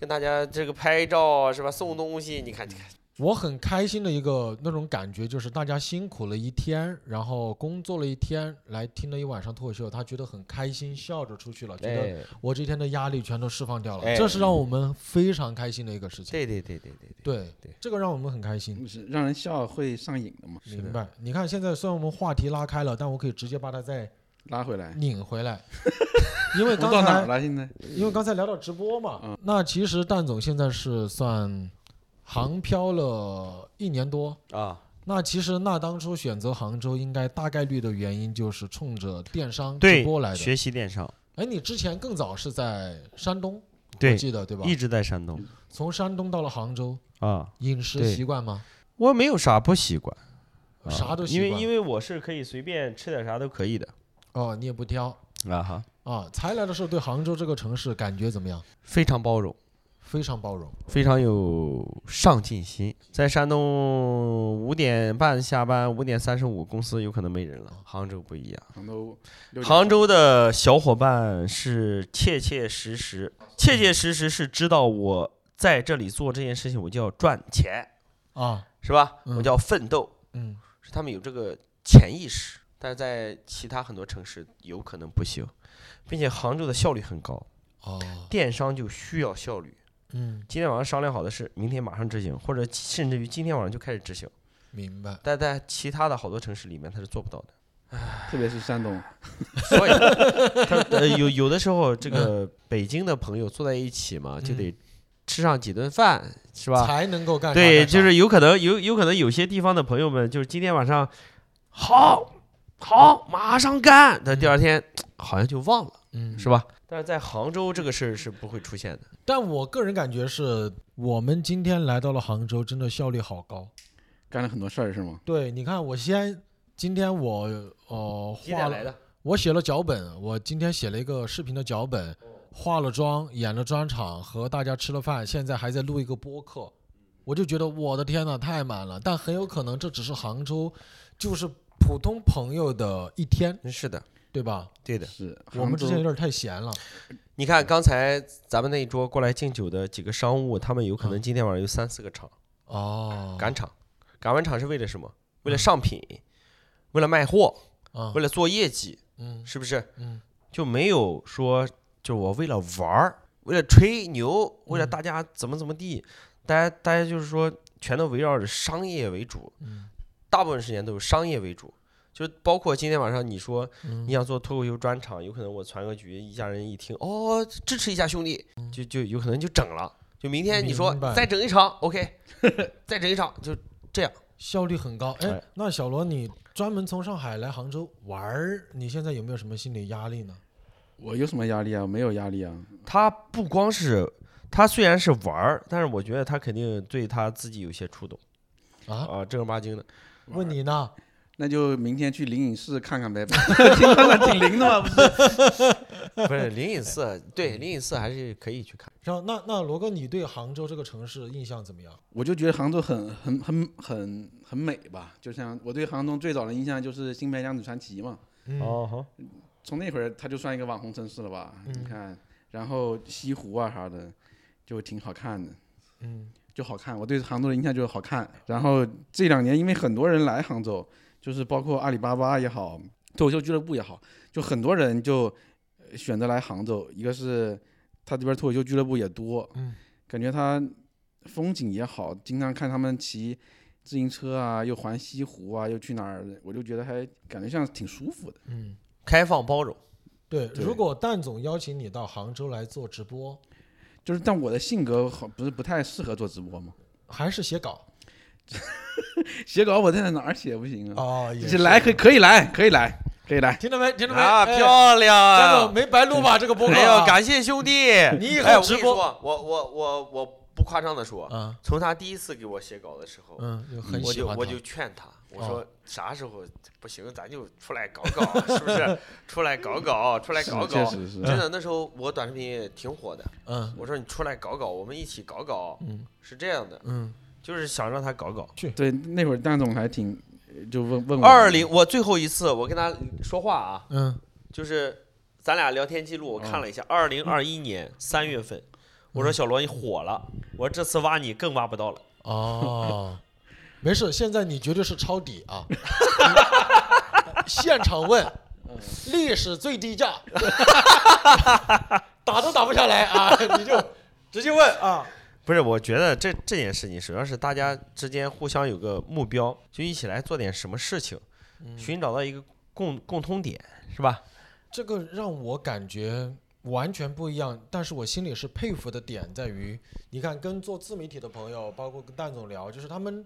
跟大家这个拍照是吧？送东西，你看你看
我很开心的一个那种感觉，就是大家辛苦了一天，然后工作了一天，来听了一晚上脱口秀，他觉得很开心，笑着出去了，觉得
哎，
我这一天的压力全都释放掉了，
哎
这是让我们非常开心的一个事情。
对对对对对对，
对
对，
这个让我们很开心。
是让人笑会上瘾的嘛，
是的
明白？你看，现在虽然我们话题拉开了，但我可以直接把它再
拉回
哎
来。
拧回 来，因为
我
刚
到哪儿
才
了？现在
因为刚才聊到直播
嗯
嘛，那其实蛋总现在是算航漂了一年多，
啊，
那其实那当初选择杭州，应该大概率的原因就是冲着电商直
对
播来的。
学习电商，
哎，你之前更早是在山东，我
对，
记得对吧？嗯
一直在山东
从山东到了杭州，
啊。
饮食
对
习惯吗？
我没有啥不习惯，啊
啥都习
因
惯。
为因为我是可以随便吃点啥都可以的
哦，你也不挑
啊哈，
啊。才来的时候对杭州这个城市感觉怎么样？
非常包容，
非常包容。
非常有上进心。在山东五点半下班，五点三十五公司有可能没人了，杭州不一样。
杭州六点半，
杭州的小伙伴是切切实实，切切实实是知道我在这里做这件事情，我就要赚钱，
啊，
是吧？
嗯
我就要奋斗，
嗯，
是他们有这个潜意识，但是在其他很多城市有可能不行，并且杭州的效率很高，
哦，
电商就需要效率。
嗯，
今天晚上商量好的事，明天马上执行，或者甚至于今天晚上就开始执行，
明白。
但在其他的好多城市里面，他是做不 到的。
特别是山东，
所以他呃有有的时候，这个北京的朋友坐在一起嘛，就得吃上几顿饭，是吧？
才能够干啥
嗯对，
干啥
就是有可能有有可能有些地方的朋友们，就是今天晚上好好马上干，但第二天好像就忘了，
嗯，
是吧？但是在杭州这个事儿是不会出现的。
但我个人感觉是我们今天来到了杭州，真的效率好高。
干了很多事儿是吗？
对，你看，我先今天我呃画了，
的？
我写了脚本，我今天写了一个视频的脚本，化了妆，演了专场，和大家吃了饭，现在还在录一个播客，我就觉得我的天呐，太满了！但很有可能这只是杭州，就是普通朋友的一天，
嗯是的，
对吧？
对的。
是，
我们
杭
之前有
州
点太闲了，
你看刚才咱们那一桌过来敬酒的几个商务，他们有可能
嗯
今天晚上有三四个场。
哦，嗯
赶场，赶完场是为了什么？为了上品，为了卖货，
啊，
为了做业绩，
嗯
是不是？
嗯，
就没有说，就是我为了玩儿，为了吹牛，为了大家怎么怎么地，大家大家就是说，全都围绕着商业为主，
嗯
大部分时间都是商业为主。就包括今天晚上你说
嗯
你想做脱口秀专场，有可能我传个局，一家人一听哦，支持一下兄弟，就就有可能就整了。就明天你说
嗯明白
再整一场，OK，再整一场，就
效率很高。哎
哎，
那小罗，你专门从上海来杭州玩儿，你现在有没有什么心理压力呢？
我有什么压力啊？没有压力啊，
他不光是他虽然是玩儿，但是我觉得他肯定对他自己有些触动
啊，
啊，正儿八经的。
问你呢？
那就明天去灵隐寺看看呗。听说了挺灵的嘛，不是？
不是灵隐寺，对灵隐寺还是可以去看。
然后那那罗哥，你对杭州这个城市印象怎么样？
我就觉得杭州很很很很很美吧，就像我对杭州最早的印象就是《新白娘子传奇》嘛，
哦，好，
从那会儿它就算一个网红城市了吧？
嗯
你看，然后西湖啊啥的，就挺好看的。
嗯，
就好看。我对杭州的印象就是好看。然后这两年，因为很多人来杭州，就是包括阿里巴巴也好，脱口秀俱乐部也好，就很多人就呃选择来杭州。一个是他这边脱口秀俱乐部也多，
嗯，
感觉它风景也好，经常看他们骑自行车啊，又环西湖啊，又去哪儿，我就觉得还感觉像挺舒服的。
嗯，
开放包容，
对。
对
如果蛋总邀请你到杭州来做直播，
就是，但我的性格好不是不太适合做直播嘛，
还是写稿
写稿我在哪儿写不
嗯
行啊？
哦，也
这来可以可以来，可以来，可以来。
听到没？听到没？
啊，
哎
漂亮
蛋总
啊！
没白录吧？这个播客
哎
啊
呦，感谢兄弟！
你以后
哎，我
直
跟你
播
说，我我我我不夸张的说，
啊，
从他第一次给我写稿的时候，
嗯，就很
我
喜
就
欢
我
他
就劝他，我
哦
说啥时候不行，咱就出来搞搞，是不 是？出来搞搞，出来搞啊
确
搞。
实是，
真的，那时候我短视频也挺火的，
嗯
我说你出来搞搞，我们一起搞搞，
嗯
是这样的，
嗯，
就是想让他搞搞。
对，那会儿蛋总还挺，呃就问问我
二零，我最后一次我跟他说话啊，
嗯
就是咱俩聊天记录，我看了一下，二嗯零二一年三月份，我说小罗你火了，我说这次挖你更挖不到了，
哦，没事，现在你绝对是抄底啊！现场问，历史最低价， 打都打不下来啊！ 你就直接问啊！
不是，我觉得这这件事情，首要是大家之间互相有个目标，就一起来做点什么事情，寻找到一个共共通点，是吧？
这个让我感觉完全不一样，但是我心里是佩服的点在于，你看跟做自媒体的朋友，包括跟蛋总聊，就是他们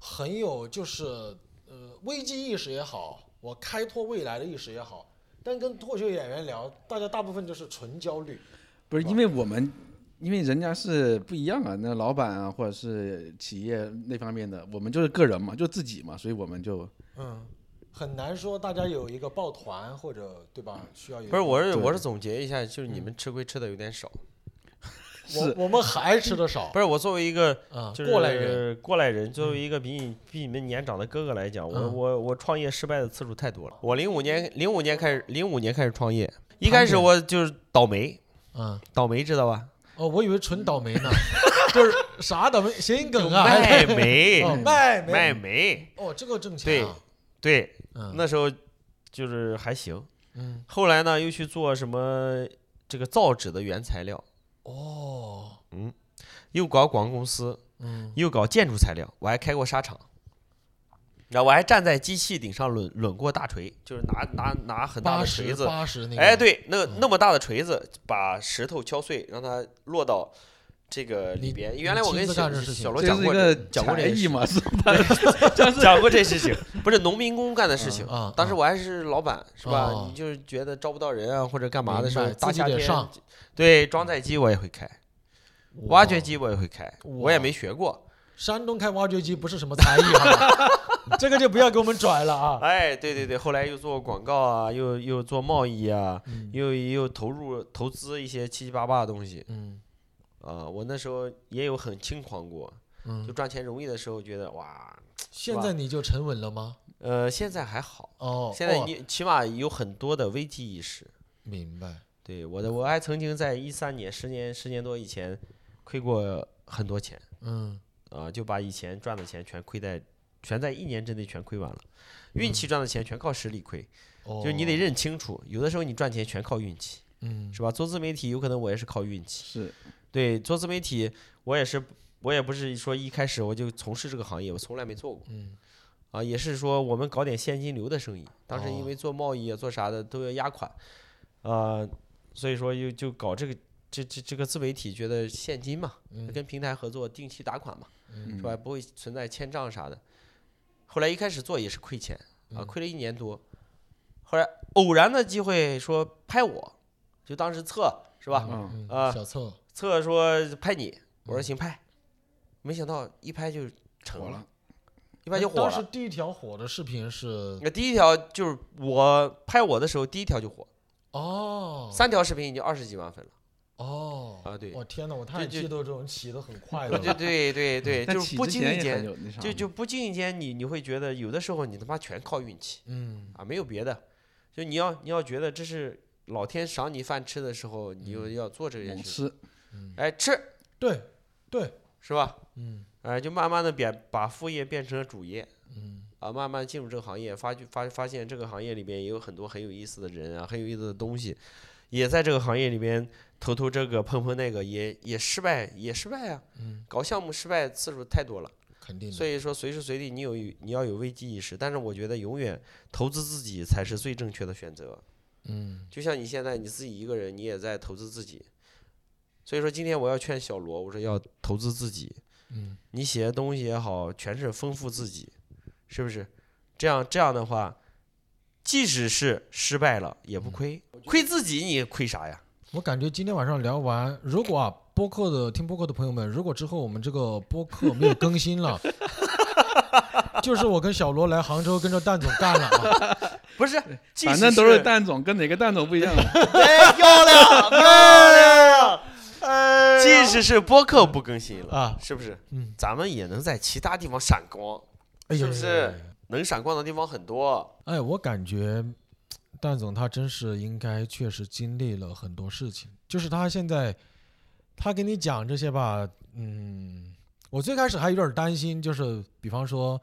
很有就是呃危机意识也好，我开拓未来的意识也好，但跟脱口秀演员聊，大家大部分就是纯焦虑。
不是因为我们，因为人家是不一样啊，那老板啊或者是企业那方面的，我们就是个人嘛，就自己嘛，所以我们就
嗯，很难说大家有一个抱团或者对吧？需要有
不是，我是
对
我是总结一下，就是你们吃亏吃的有点少。
是
我我们还吃的少
不是，我作为一个
啊，
就是
过来人，
过来人，作为一个比你比你们年长的哥哥来讲，我
嗯
我我创业失败的次数太多了。我零五年零五年开始，零五年开始创业，啊一开始我就是倒霉，
嗯，
倒霉知道吧？
哦，我以为纯倒 霉呢，就是啥倒霉，谐音梗啊，
卖煤，
哦，卖煤
卖煤，
哦，这个挣钱啊，
嗯对，
嗯
那时候就是还行。
嗯，
后来呢，又去做什么这个造纸的原材料，
哦，
又搞广告公司，
嗯，
又搞建筑材料，我还开过沙场。然后我还站在机器顶上抡抡过大锤，就是拿拿拿很大
八
的
十
锤子，
八十那个，嗯
哎，，对，那那么大的锤子把石头敲碎，让它落到这个里
你
边。
你
原来我
亲
跟
自
小
干这事情
小罗
这
讲
是一
过
个
这，讲过这
才
个事
艺
情
嘛，是
讲过这事情，不是农民工干的事情
嗯啊
当时我还是老板，是吧
哦？
你就是觉得招不到人啊，或者干嘛的时候，
明白
大
自己
夏
得
天
上
对装载机我也会开，挖掘，机我也会开，我也
哇
没学过。
山东开挖掘机不是什么才艺哈， 这个就不要给我们拽了啊，
哎，对对对，后来又做广告啊，又又做贸易啊，
嗯
又又投入投资一些七七八八的东西
嗯
啊、我那时候也有很轻狂过，就
嗯，
赚钱容易的时候，觉得哇，
现在你就沉稳了吗？
呃，现在还好，
哦，
现在
哦
你起码有很多的危机意识。
明白，
对我的，我还曾经在一三年、十年、十年多以前亏过很多钱
嗯，
啊、就把以前赚的钱全亏在，全在一年之内全亏完了。运
嗯
气赚的钱全靠实力亏，
哦，
就是你得，认清楚，有的时候你赚钱全靠运气，
嗯，
是吧？做自媒体有可能我也是靠运气，
是
对，做自媒体我也是，我也不是说一开始我就从事这个行业，我从来没做过，
嗯，
啊，也是说我们搞点现金流的生意。当时
哦
因为做贸易啊，做啥的都要压款，啊，所以说又就搞这个这这这个自媒体，觉得现金嘛，
嗯
跟平台合作，定期打款嘛，是
嗯
吧？不会存在欠账啥的。后来一开始做也是亏钱啊，
嗯
亏了一年多。后来偶然的机会说拍我，就当时测是吧？
嗯
嗯
啊
小策，
测说拍你，我说
嗯
行拍，没想到一拍就成
火了，
一拍就火
哎当
了
时。第一条火的视频是
那第一条就是我拍我的时候，第一条就火，
哦
三条视频已经二十几万粉了
哦，
啊！对，
我天哪，我太
就
嫉妒这种起得很快的
对
了，
对对对 对，
但
就是
起
不
之
经
前
意
也很
间，
有那啥嘛，
就就不经意间，你你会觉得有的时候你他妈全靠运气
嗯，
啊，没有别的，就你要你要觉得这是老天赏你饭吃的时候，你
嗯
就要做这件
猛
事，
吃，
哎，吃
对对，
是吧？
嗯
哎，就慢慢的变把副业变成了主业
嗯
啊，慢慢进入这个行业，发觉发发现这个行业里面也有很多很有意思的人啊，很有意思的东西，也在这个行业里面投投这个碰碰那个，也也失败也失败啊，
嗯，
搞项目失败次数太多了，
肯定的。
所以说随时随地你有你要有危机意识，但是我觉得永远投资自己才是最正确的选择，
嗯
就像你现在你自己一个人，你也在投资自己，所以说今天我要劝小罗，我说要投资自己，
嗯
你写的东西也好，全是丰富自己，是不是？这样这样的话，即使是失败了也不亏，亏自己你亏啥呀？
我感觉今天晚上聊完，如果啊播客的听播客的朋友们，如果之后我们这个播客没有更新 了，就是我跟小罗来杭州跟着蛋总干了 啊！
不是，即
反
使
正都
是
是蛋总，跟哪个蛋总不一样，
哎，漂哎亮漂亮，即使是播客不更新了，
啊
是不是？
嗯，
咱们也能在其他地方闪光，
哎
是
呦
不，是？能闪光的地方很多，
哎，我感觉蛋总他真是应该确实经历了很多事情，就是他现在他跟你讲这些吧，嗯，我最开始还有点担心，就是比方说，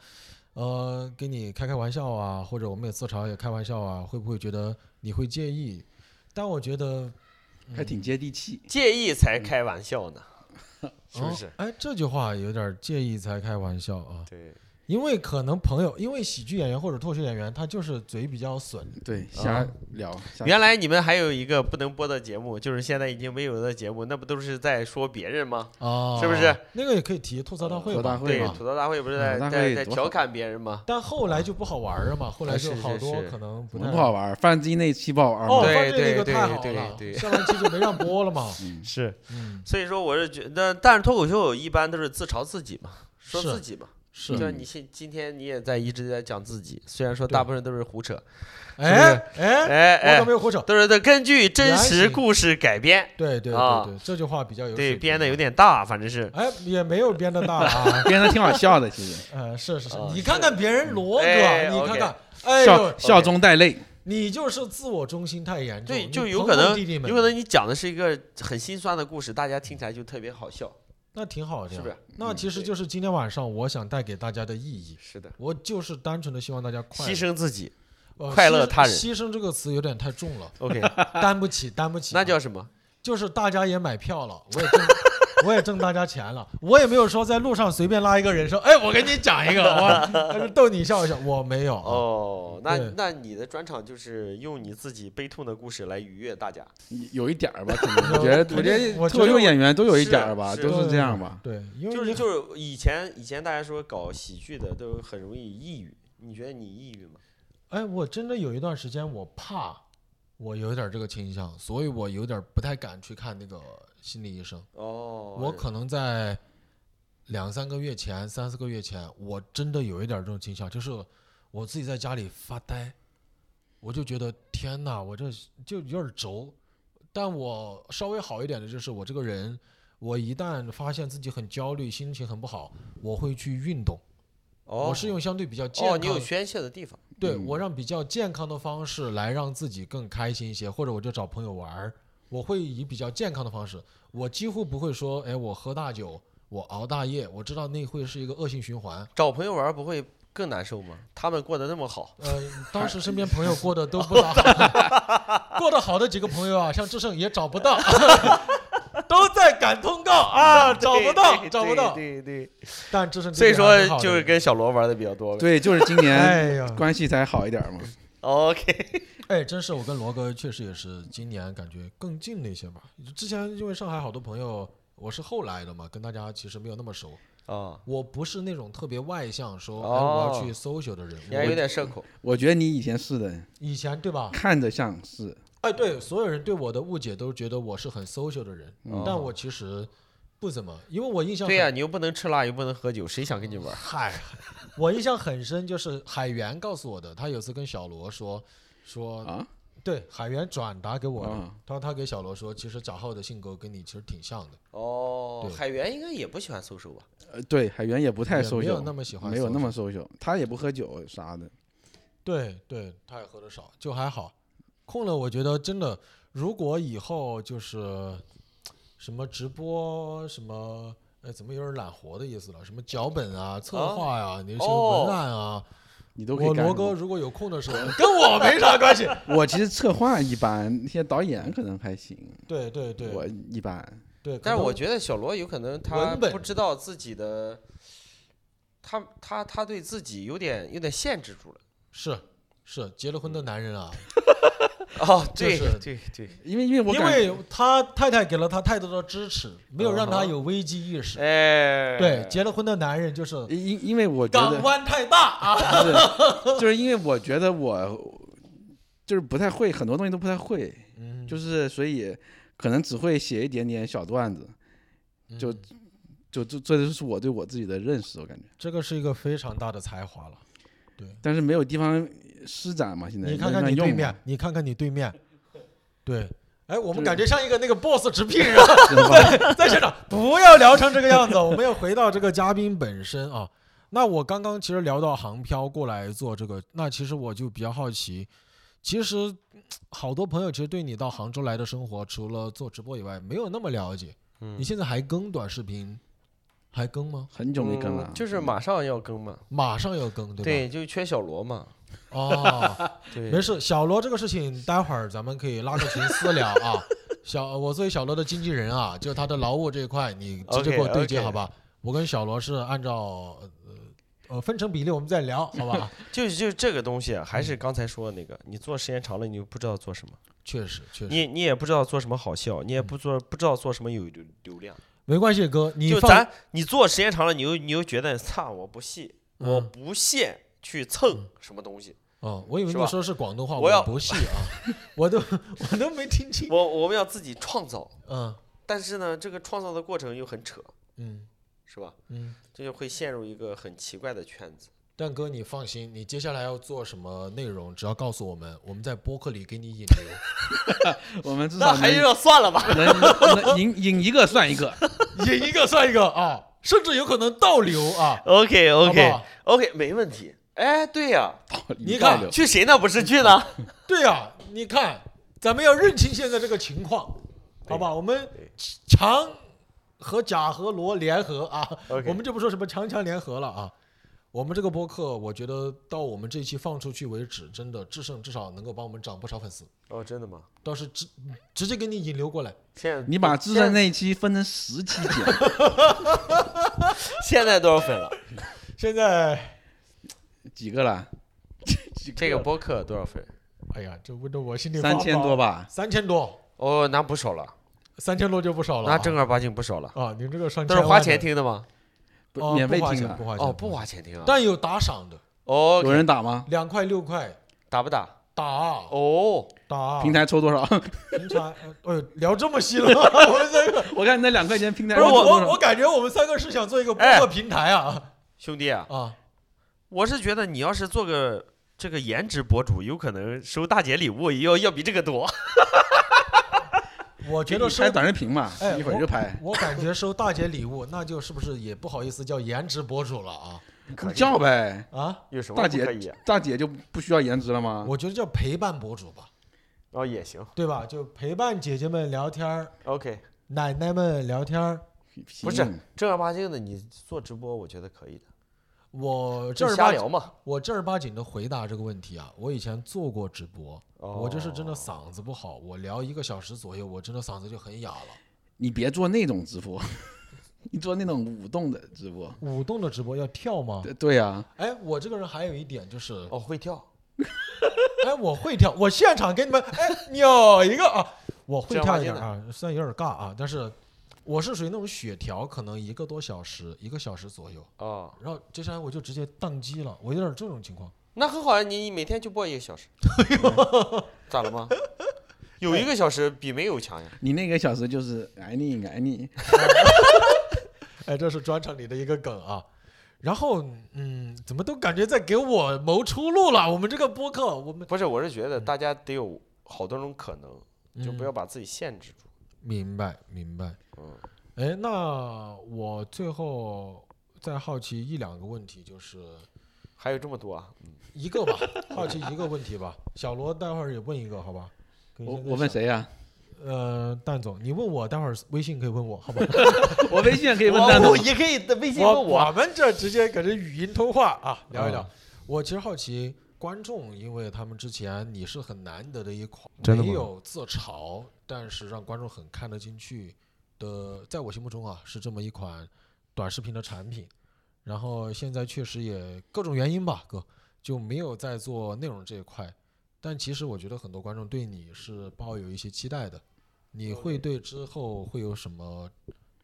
呃，跟你开开玩笑啊，或者我们也自嘲也开玩笑啊，会不会觉得你会介意？但我觉得
还挺接地气。
介意才开玩笑呢，是不
哦
是？
哎，这句话有点介意才开玩笑啊，
对，
因为可能朋友，因为喜剧演员或者脱口秀演员，他就是嘴比较损，
对，瞎聊。瞎
原来你们还有一个不能播的节目，就是现在已经没有的节目，那不都是在说别人吗？
啊，
是不是？
那个也可以提吐槽大会
哦吐槽大
嘛，
会
对，
嘛
吐槽大会不是
吐
在
槽大
在
会
在
多
调
好
侃别人吗？
但后来就不好玩了嘛，后来
啊
就是
是
好多
是
可能不
怎
太
么不好玩儿？范进那期不好玩儿
哦，
吗？
对
犯罪那个
对
太好
对
了
对，对
下半期就没让播了 嘛，
嗯
是，
嗯，
所以说我是觉得，但是脱口秀一般都是自嘲自己嘛，说
是
自己嘛。
是
就
嗯
像 你现今天你也在一直在讲自己，虽然说
对
大部分人都是胡扯，
哎哎，
哎
我
哎
倒，没有胡扯，
都是在根据真
原来
实
是
故事改编，
对对对
啊
对，这句话比较有水
对，
平
编的有，点大，反正是。
哎，也没有编的大 啊，
编的挺好笑的，其实
呃，是是是
啊，
你看看别人罗
哎
哥，你看
OK
看，哎呦
笑，笑中带泪。
你就是自我中心太严重，
对，
你
就有
捧
可
捧
能，
弟弟们
有可能你讲的是一个很心酸的故事，大家听起来就特别好笑，
那挺好的呀，
是不嗯是？
那其实
对
就是今天晚上我想带给大家的意义，
是的，
我就是单纯的希望大家快乐
牺牲自己。
呃
快
牺
乐
牲
他人
牺牲这个词有点太重 了，
OK，
担不起，担不起啊，
那叫什么？
就是大家也买票了，我也挣，我也挣大家钱了，我也没有说在路上随便拉一个人说，哎，我给你讲一个，我但是逗你笑一笑，我没有。啊
哦，那
对
那你的专场就是用你自己悲痛的故事来愉悦大家。
有一点儿吧，可 能
有
我觉得，
我
我
觉
觉
得
得
我
脱口
觉得
秀
我
演员都有一
是
点儿吧，
是
都是这样吧。
对，因为
就
你
是就是以前以前大家说搞喜剧的都很容易抑郁，你觉得你抑郁吗？
哎，我真的有一段时间我怕，我有点这个倾向，所以我有点不太敢去看那个心理医生。
哦，
我可能在两三个月前、三四个月前，我真的有一点这种倾向，就是我自己在家里发呆，我就觉得天哪，我这就有点轴。但我稍微好一点的就是，我这个人，我一旦发现自己很焦虑、心情很不好，我会去运动。
哦，
我是用相对比较健康
哦，你有宣泄的地方。
对
嗯
我让比较健康的方式来让自己更开心一些，或者我就找朋友玩儿，我会以比较健康的方式，我几乎不会说，哎，我喝大酒，我熬大夜，我知道那会是一个恶性循环。
找朋友玩儿不会更难受吗？他们过得那么好，
呃，当时身边朋友过得都不咋好，过得好的 几个朋友啊，像志胜也找不到， 都在赶通告啊，找不到，
对
找不到。
对对对
但志胜
所以
这
说
个还
就
挺好
是
的
跟小罗玩的比较多呗。
对，就是今年
哎呀，
关系才好一点儿嘛。
OK，
哎，真是我跟罗哥确实也是今年感觉更近了一些吧。之前因为上海好多朋友，我是后来的嘛，跟大家其实没有那么熟。
哦，
我不是那种特别外向说，哎，我要
哦
去 social 的人。
你还有
我
点社恐。
我觉得你以前是的，
以前对吧？
看着像是，
哎，对，所有人对我的误解都觉得我是很 social 的人，
嗯
但我其实不怎么，因为我印象
对呀、
很
你又不能吃辣，又不能喝酒，谁想跟你玩儿？
嗨， 我印象很深，就是海源告诉我的，他有次跟小罗说说
啊，
对，海源转达给我的，
啊
他说他给小罗说，其实贾浩的性格跟你其实挺像的。
哦
对，
海源应该也不喜欢 social 吧？
呃，对，海源也不太
也
social，
没有那么喜欢，
没有那么 social，他也不喝酒啥的。
对对，他也喝的少，就还好。空了，我觉得真的，如果以后就是什么直播什么。哎，怎么有点懒活的意思了？什么脚本啊、策
哦
划呀、你一些
哦
文案啊，
你都可以
我
干
罗
什么
哥如果有空的时候，跟我没啥关系。
我其实策划一般，那些导演可能还行，
对对
我
对
一般。
对，
但是我
觉
觉得小罗有可能他
文本
不知道自己的，他他他对自己有点有点限制住了。
是是结了婚
嗯
的男人啊，
哦，
对
对
就是
对对，
因为因为我
因
感哦
为他太太给了他太多的支持，没有让他有危机意识。
哎，
对，结了婚的男人就是
因因为我觉
港
得
湾太大啊。
不是，就是因为我觉得我就是不太会，很多东西都不太会，
嗯
就是所以可能只会写一点点小段子，就
嗯
就这这就是我对我自己的认识，我感觉，
这个是一个非常大的才华了。
但是没有地方施展嘛，现在
你看
没地
看
方
你对
用
面
嘛，，
你看看你对面，对，哎，我们
对
感觉像一个那个 boss 直聘人
真的 吧
在现场，不要聊成这个样子，我们要回到这个嘉宾本身啊。那我刚刚其实聊到航漂过来做这个，那其实我就比较好奇，其实嗯好多朋友其实对你到杭州来的生活，除了做直播以外，没有那么了解。你现在还更短视频，还更吗？
很久没更了
嗯，就是马上要更嘛，
马上要更，对吧？
对，就缺小罗嘛，
哦，
对，
没事，小罗这个事情，待会儿咱们可以拉个群私聊啊。 小，我作为小罗的经纪人啊，就他的劳务这一块，你直接给我
OK，OK
对接好吧？我跟小罗是按照呃呃分成比例我们再聊，好 吧？
就就这个东西啊，还是刚才说的那个，你做时间长了，你就不知道做什么，
确实，确实，
你你也不知道做什么好笑，你也不做不知道做什么有流流量。
没关系，哥，你
就
放
咱你做时间长了，你又你又觉得，操，我不屑，我
嗯
不屑去蹭什么东西，
哦，我以为
是
你
吧
说是广东话，
我
我
要
不细啊， 我都我都没听清。
我我们要自己创造，
嗯
但是呢，这个创造的过程又很扯，
嗯
是吧？
嗯，
这就会陷入一个很奇怪的圈子。
但哥你放心，你接下来要做什么内容，只要告诉我们，我们在播客里给你引流。
我们至
那
少
还
能
是要算了吧。
能能引引一个算 一个。
引一个算一个啊，甚至有可能倒流啊。
OK
好不
OK
好
OK，没问题。哎，对呀、
你看
一道流
去谁那不是去呢？
对呀、你看，咱们要认清现在这个情况，好吧？我们
对
强和甲和罗联合啊
OK
我们就不说什么强强联合了啊。我们这个播客，我觉得到我们这一期放出去为止，真的至胜至少能够帮我们涨不少粉丝，
哦，真的吗？
倒是直直接给你引流过来。
现在
你把智胜那一期分成十期 讲，
现在多少 粉了？
现在，
几个了？
这个播客多少粉？
哎呀，这问的我心里发
三千多
毛，
吧？
三千多，
哦，那不少了，
三千多就不少了啊、
那正儿八经不少了。
啊，您这个上
都
千
是花
万的
钱嗯听的吗？
不
哦
免费
不花
听
钱，
的
不花钱，
哦，不花钱听啊。
但有打赏的，
哦
有人打吗？
两块六块
打不打？
打啊
哦，
打啊
平台抽多少？
平常，呃，哎呦聊这么细了吗，我们三个
我看你那两块钱平
不
台
是
抽
我
多
我
少
我？感觉我们三个是想做一个播
哎
客平台啊
兄弟啊，
啊，
我是觉得你要是做个这个颜值博主，有可能收大姐礼物要要比这个多。
我觉得
你
收
拍短视频嘛
哎，
一会儿就拍。
我感觉收大姐礼物， 那就是不是也不好意思叫颜值博主了啊
你叫呗，
啊？
有什么
大
不可
姐
以？
大姐就不需要颜值了吗？
我觉得叫陪伴博主吧，
哦，也行。
对吧？就陪伴姐姐们聊天儿，
OK，
奶奶们聊天儿。
不是正儿八经的，你做直播，我觉得可以的。
我正儿
瞎
八
聊嘛。
我正儿八经的回答这个问题啊，我以前做过直播，我就是真的嗓子不好，我聊一个小时左右，我真的嗓子就很哑了。
你别做那种直播， 你做那种舞动的直播。
舞动的直播要跳吗？
对对啊呀，
哎，我这个人还有一点就是，
哦，会跳。
哎，我会跳，我现场给你们，哎，扭一个啊，我会
正儿
跳
八
一
经
点啊，虽然有点尬啊，但是我是属于那种血条，可能一个多小时，一个小时左右，
哦，
然后接下来我就直接宕机了，我有点这种情况。
那很好啊，你每天就播一个小时。
哎
咋了吗？有一个小时比没有强呀。
你那个小时就是挨你挨你，
哎，这是专场里的一个梗啊。然后，嗯，怎么都感觉在给我谋出路了。我们这个播客，我们
不是，我是觉得大家得有好多种可能，就
嗯
不要把自己限制住。
明白明白。
嗯，
哎，那我最后再好奇一两个问题，就是
还有这么多啊？
一 个吧，好奇一个问题吧。小罗待会儿也问一个，好吧？可以
我
先跟
我问
小？
谁呀？
呃，蛋总，你问我，待会儿微信可以问我，好吧？
我微信可以问
我
蛋总
我。也可以微信
我
问我。嗯
我们这直接搁这语音通话啊，聊一聊。我其实好奇观众，因为他们之前你是很难得的一款，
真的吗
没有自嘲，但是让观众很看得进去的，在我心目中啊是这么一款短视频的产品。然后现在确实也各种原因吧，哥就没有在做内容这一块。但其实我觉得很多观众对你是抱有一些期待的，你会对之后会有什么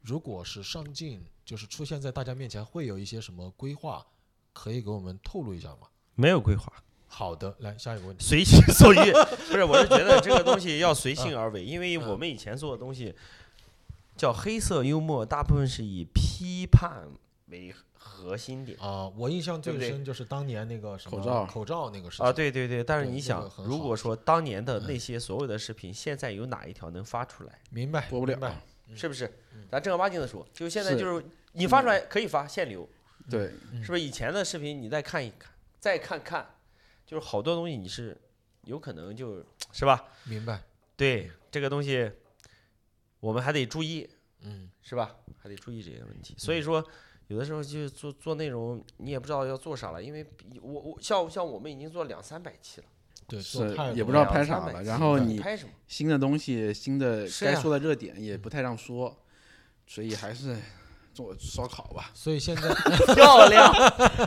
如果是上镜，就是出现在大家面前，会有一些什么规划，可以给我们透露一下吗？
没有规划，
好的，来下一个问题。
随心所欲。
不是，我是觉得这个东西要随性而为，因为我们以前做的东西叫黑色幽默，大部分是以批判为核心点
啊、我印象最
对不对
深就是当年那个什么
口罩
口罩那个事情
啊。对对对，但是
对
你
这
想
个，很
如
好
果说当年的那些所有的视频，现在有哪一条能发出来？
明白，
播不了
明白
是不是？咱正儿八经的说，就现在
是
嗯就是你发出来可以发限流，
对，
嗯
是不是？以前的视频你再看一看，再看看，就是好多东西你是有可能就是吧？
明白，
对这个东西，我们还得注意，
嗯，
是吧？还得注意这些问题。所以说，有的时候就做做内容，你也不知道要做啥了，因为比我我像像我们已经做两三百期了，
对，做
是
太
也
多
不知道
了，
拍
两
啥
三百
了，
期
然后
对
你
拍什么？
新的东西、新的
是
该
呀
说的热点也不太让说，所以还是做烧烤吧
所以现在
漂亮，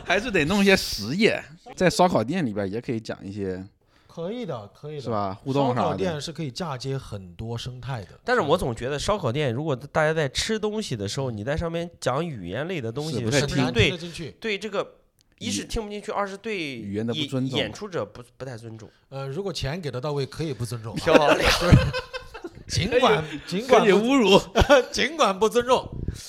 还是得弄一些实业，在烧烤店里边也可以讲一些，
可以的，可以的，
是？吧？互动
烧烤
啥的，
店是可以嫁接很多生态的，
但是我总觉得烧烤店，如果大家在吃东西的时候，你在上面讲语言类的东
是
西，
不太
是不
很
是
难
对
听得进去。
对这个一是
语
听不进去，二是对
语言的不
演
尊重
演出者不不太尊重。
呃，如果钱给的到位，可以不尊重啊，
漂亮，
尽管尽管不
辱，
尽管不尊重，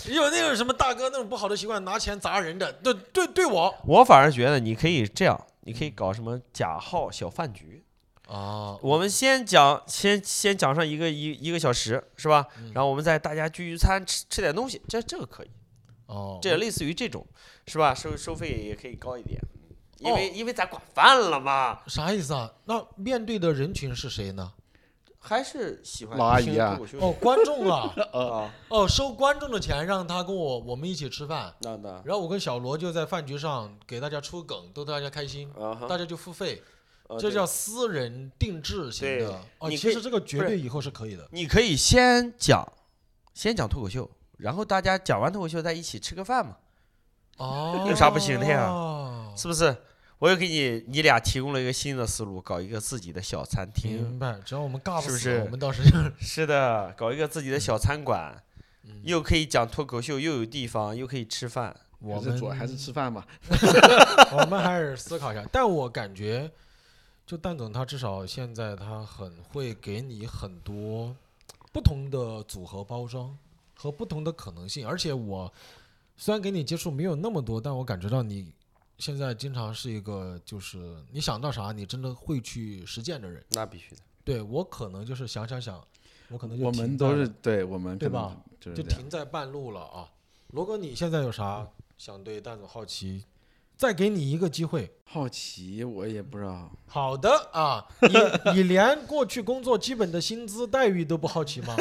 有那种什么大哥那种不好的习惯，拿钱砸人的，对对对我
我反而觉得你可以这样，你
嗯
可以搞什么假号小饭局。
啊，
我们先讲，先先讲上一个一一个小时，是吧？然后我们再大家聚聚餐，吃吃点东西，这这个可以，
哦，
这类似于这种，是吧？收收费也可以高一点，因为、因为咱管饭了嘛，
啥意思啊？那面对的人群是谁呢？
还是喜欢
老阿
听
姨啊
脱口秀
哦，观众 了，
啊，
哦，收观众的钱让他跟我我们一起吃饭，
那那
然后我跟小罗就在饭局上给大家出梗，逗大家开心，
啊哈，
大家就付费，
呃
这
对
叫私人定制型的
对。
哦，
你
其
可以
实这个绝
不是
对以后是可以的。
你可以先讲，先讲脱口秀，然后大家讲完脱口秀再一起吃个饭嘛，
哦，
有啥不行的呀
呀？
是不是？我又给你你俩提供了一个新的思路，搞一个自己的小餐厅。
明白，只要我们尬
是
不
不
死，
是
我们到时候
是的，搞一个自己的小餐馆，
嗯
又可以讲脱口秀，又有地方，又可以吃饭。
我
还是做
们
还是吃饭吧。
我们还是思考一下。但我感觉，就蛋总他至少现在他很会给你很多不同的组合包装和不同的可能性。而且我虽然跟你接触没有那么多，但我感觉到你现在经常是一个就是你想到啥，你真的会去实践的人。
那必须的，
对我可能就是想想想，我可能就
我
停
们
在
都是对，我们
对
可能
吧？
就是
就
这样
停在半路了啊。罗哥，你现在有啥想对蛋总好奇？再给你一个机会。
好奇，我也不知道。
好的啊，你你连过去工作基本的薪资待遇都不好奇吗？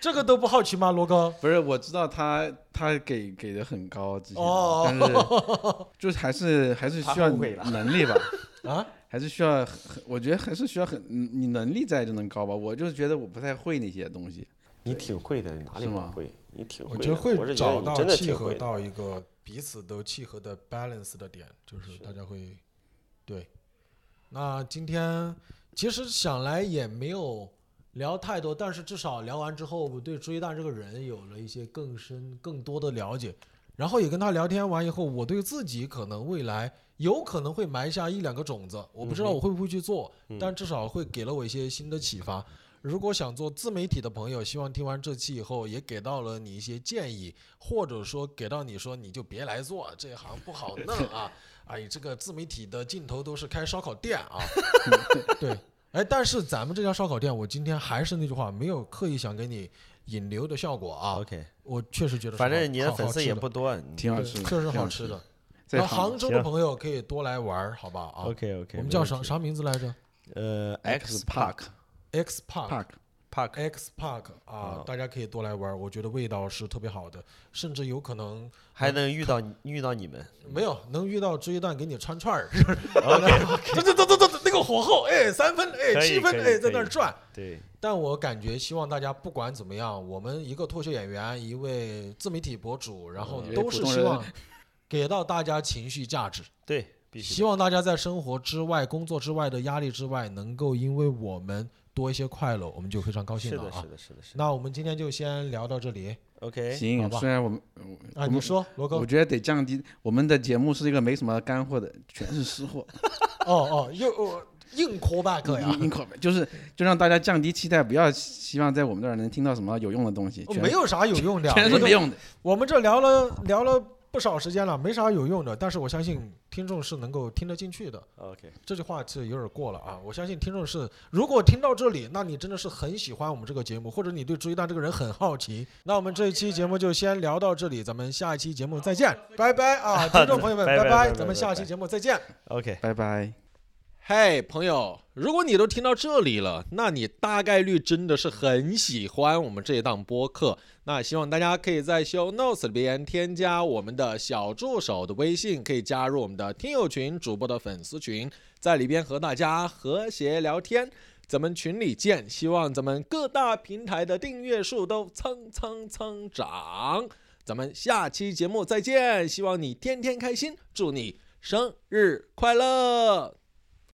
这个都不好奇吗，罗哥？
不是，我知道他他给给的很高，之前
哦
但是 就是还是还是需要
他后悔了
能力吧，
啊，
还是需要很，很我觉得还是需要很嗯你能力在就能高吧。我就觉得我不太会那些东西，
你挺会的，你哪
里是
不
吗
会？你挺
我
的
觉得
我
会
是
找
你
到
真的
契
挺
合
会的。
到一个彼此都契合的 balance 的点，就是大家会对。那今天其实想来也没有聊太多，但是至少聊完之后，我对朱一蛋这个人有了一些更深、更多的了解。然后也跟他聊天完以后，我对自己可能未来有可能会埋下一两个种子，我不
嗯
知道我会不会去做，但至少会给了我一些新的启发。如果想做自媒体的朋友，希望听完这期以后也给到了你一些建议，或者说给到你说你就别来做这一行不好弄啊！哎，这个自媒体的尽头都是开烧烤店 啊。对，哎，但是咱们这家烧烤店，我今天还是那句话，没有刻意想给你引流的效果啊。
OK，
我确实觉得是好，
反正你的
好
粉
好
丝
吃
也
的
不多。你
挺好
对
吃的，
确实
挺
好吃的。。
在
那杭州的
行
朋友可以多来玩儿，好吧？啊，
OK OK，
我们叫啥？啥名字来着
呃
，X
，X
Park
？X Park。
Park，
Park
X Park 啊，大家可以多来玩儿，我觉得味道是特别好的，甚至有可能
还
嗯
能遇到你遇到你们。
没有能遇到追蛋给你穿串 儿，这这这这这那个火候，哎，三分，哎，
可以
七分，
可以
哎，在
可以
那儿转。
对，
但我感觉，希望大家不管怎么样，我们一个脱口秀演员，一位自媒体博主，然后
嗯一位
都
普
是
通
希
人
望给到大家情绪价值。
对，必须
希望大家在生活之外、工作之外的压力之外，能够因为我们多一些快乐，我们就非常高
的。
兴
是
了
的，
啊
是！的，是的，是的。
那我们今天就先聊到这里
OK，
哎好
行，
吧
虽然我们
啊！
我
你
们
说，罗哥
我，觉得得降低我们的节目是一个没什么干货的，全是湿 货。
哦哦，又哦硬 call back 呀
硬？硬口碑，就是就让大家降低期待，不要希望在我们这儿能听到什么有用的东西，
哦
全
没有啥有用的啊，
全
我
是
都
没用的。
我们这聊了聊了不少时间了，没啥有用的，但是我相信听众是能够听得进去的。
OK，
这句话是有点过了啊！我相信听众是，如果听到这里，那你真的是很喜欢我们这个节目，或者你对追蛋这个人很好奇。那我们这一期节目就先聊到这里，咱们下一期节目 再见，拜拜啊，听众朋友们，
拜拜
拜
拜拜
咱们下期节目再见。
OK，
拜拜。
嘿，朋友，如果你都听到这里了，那你大概率真的是很喜欢我们这一档播客。那希望大家可以在 show notes 里边添加我们的小助手的微信，可以加入我们的听友群、主播的粉丝群，在里边和大家和谐聊天。咱们群里见，希望咱们各大平台的订阅数都蹭蹭蹭涨。咱们下期节目再见，希望你天天开心，祝你生日快乐！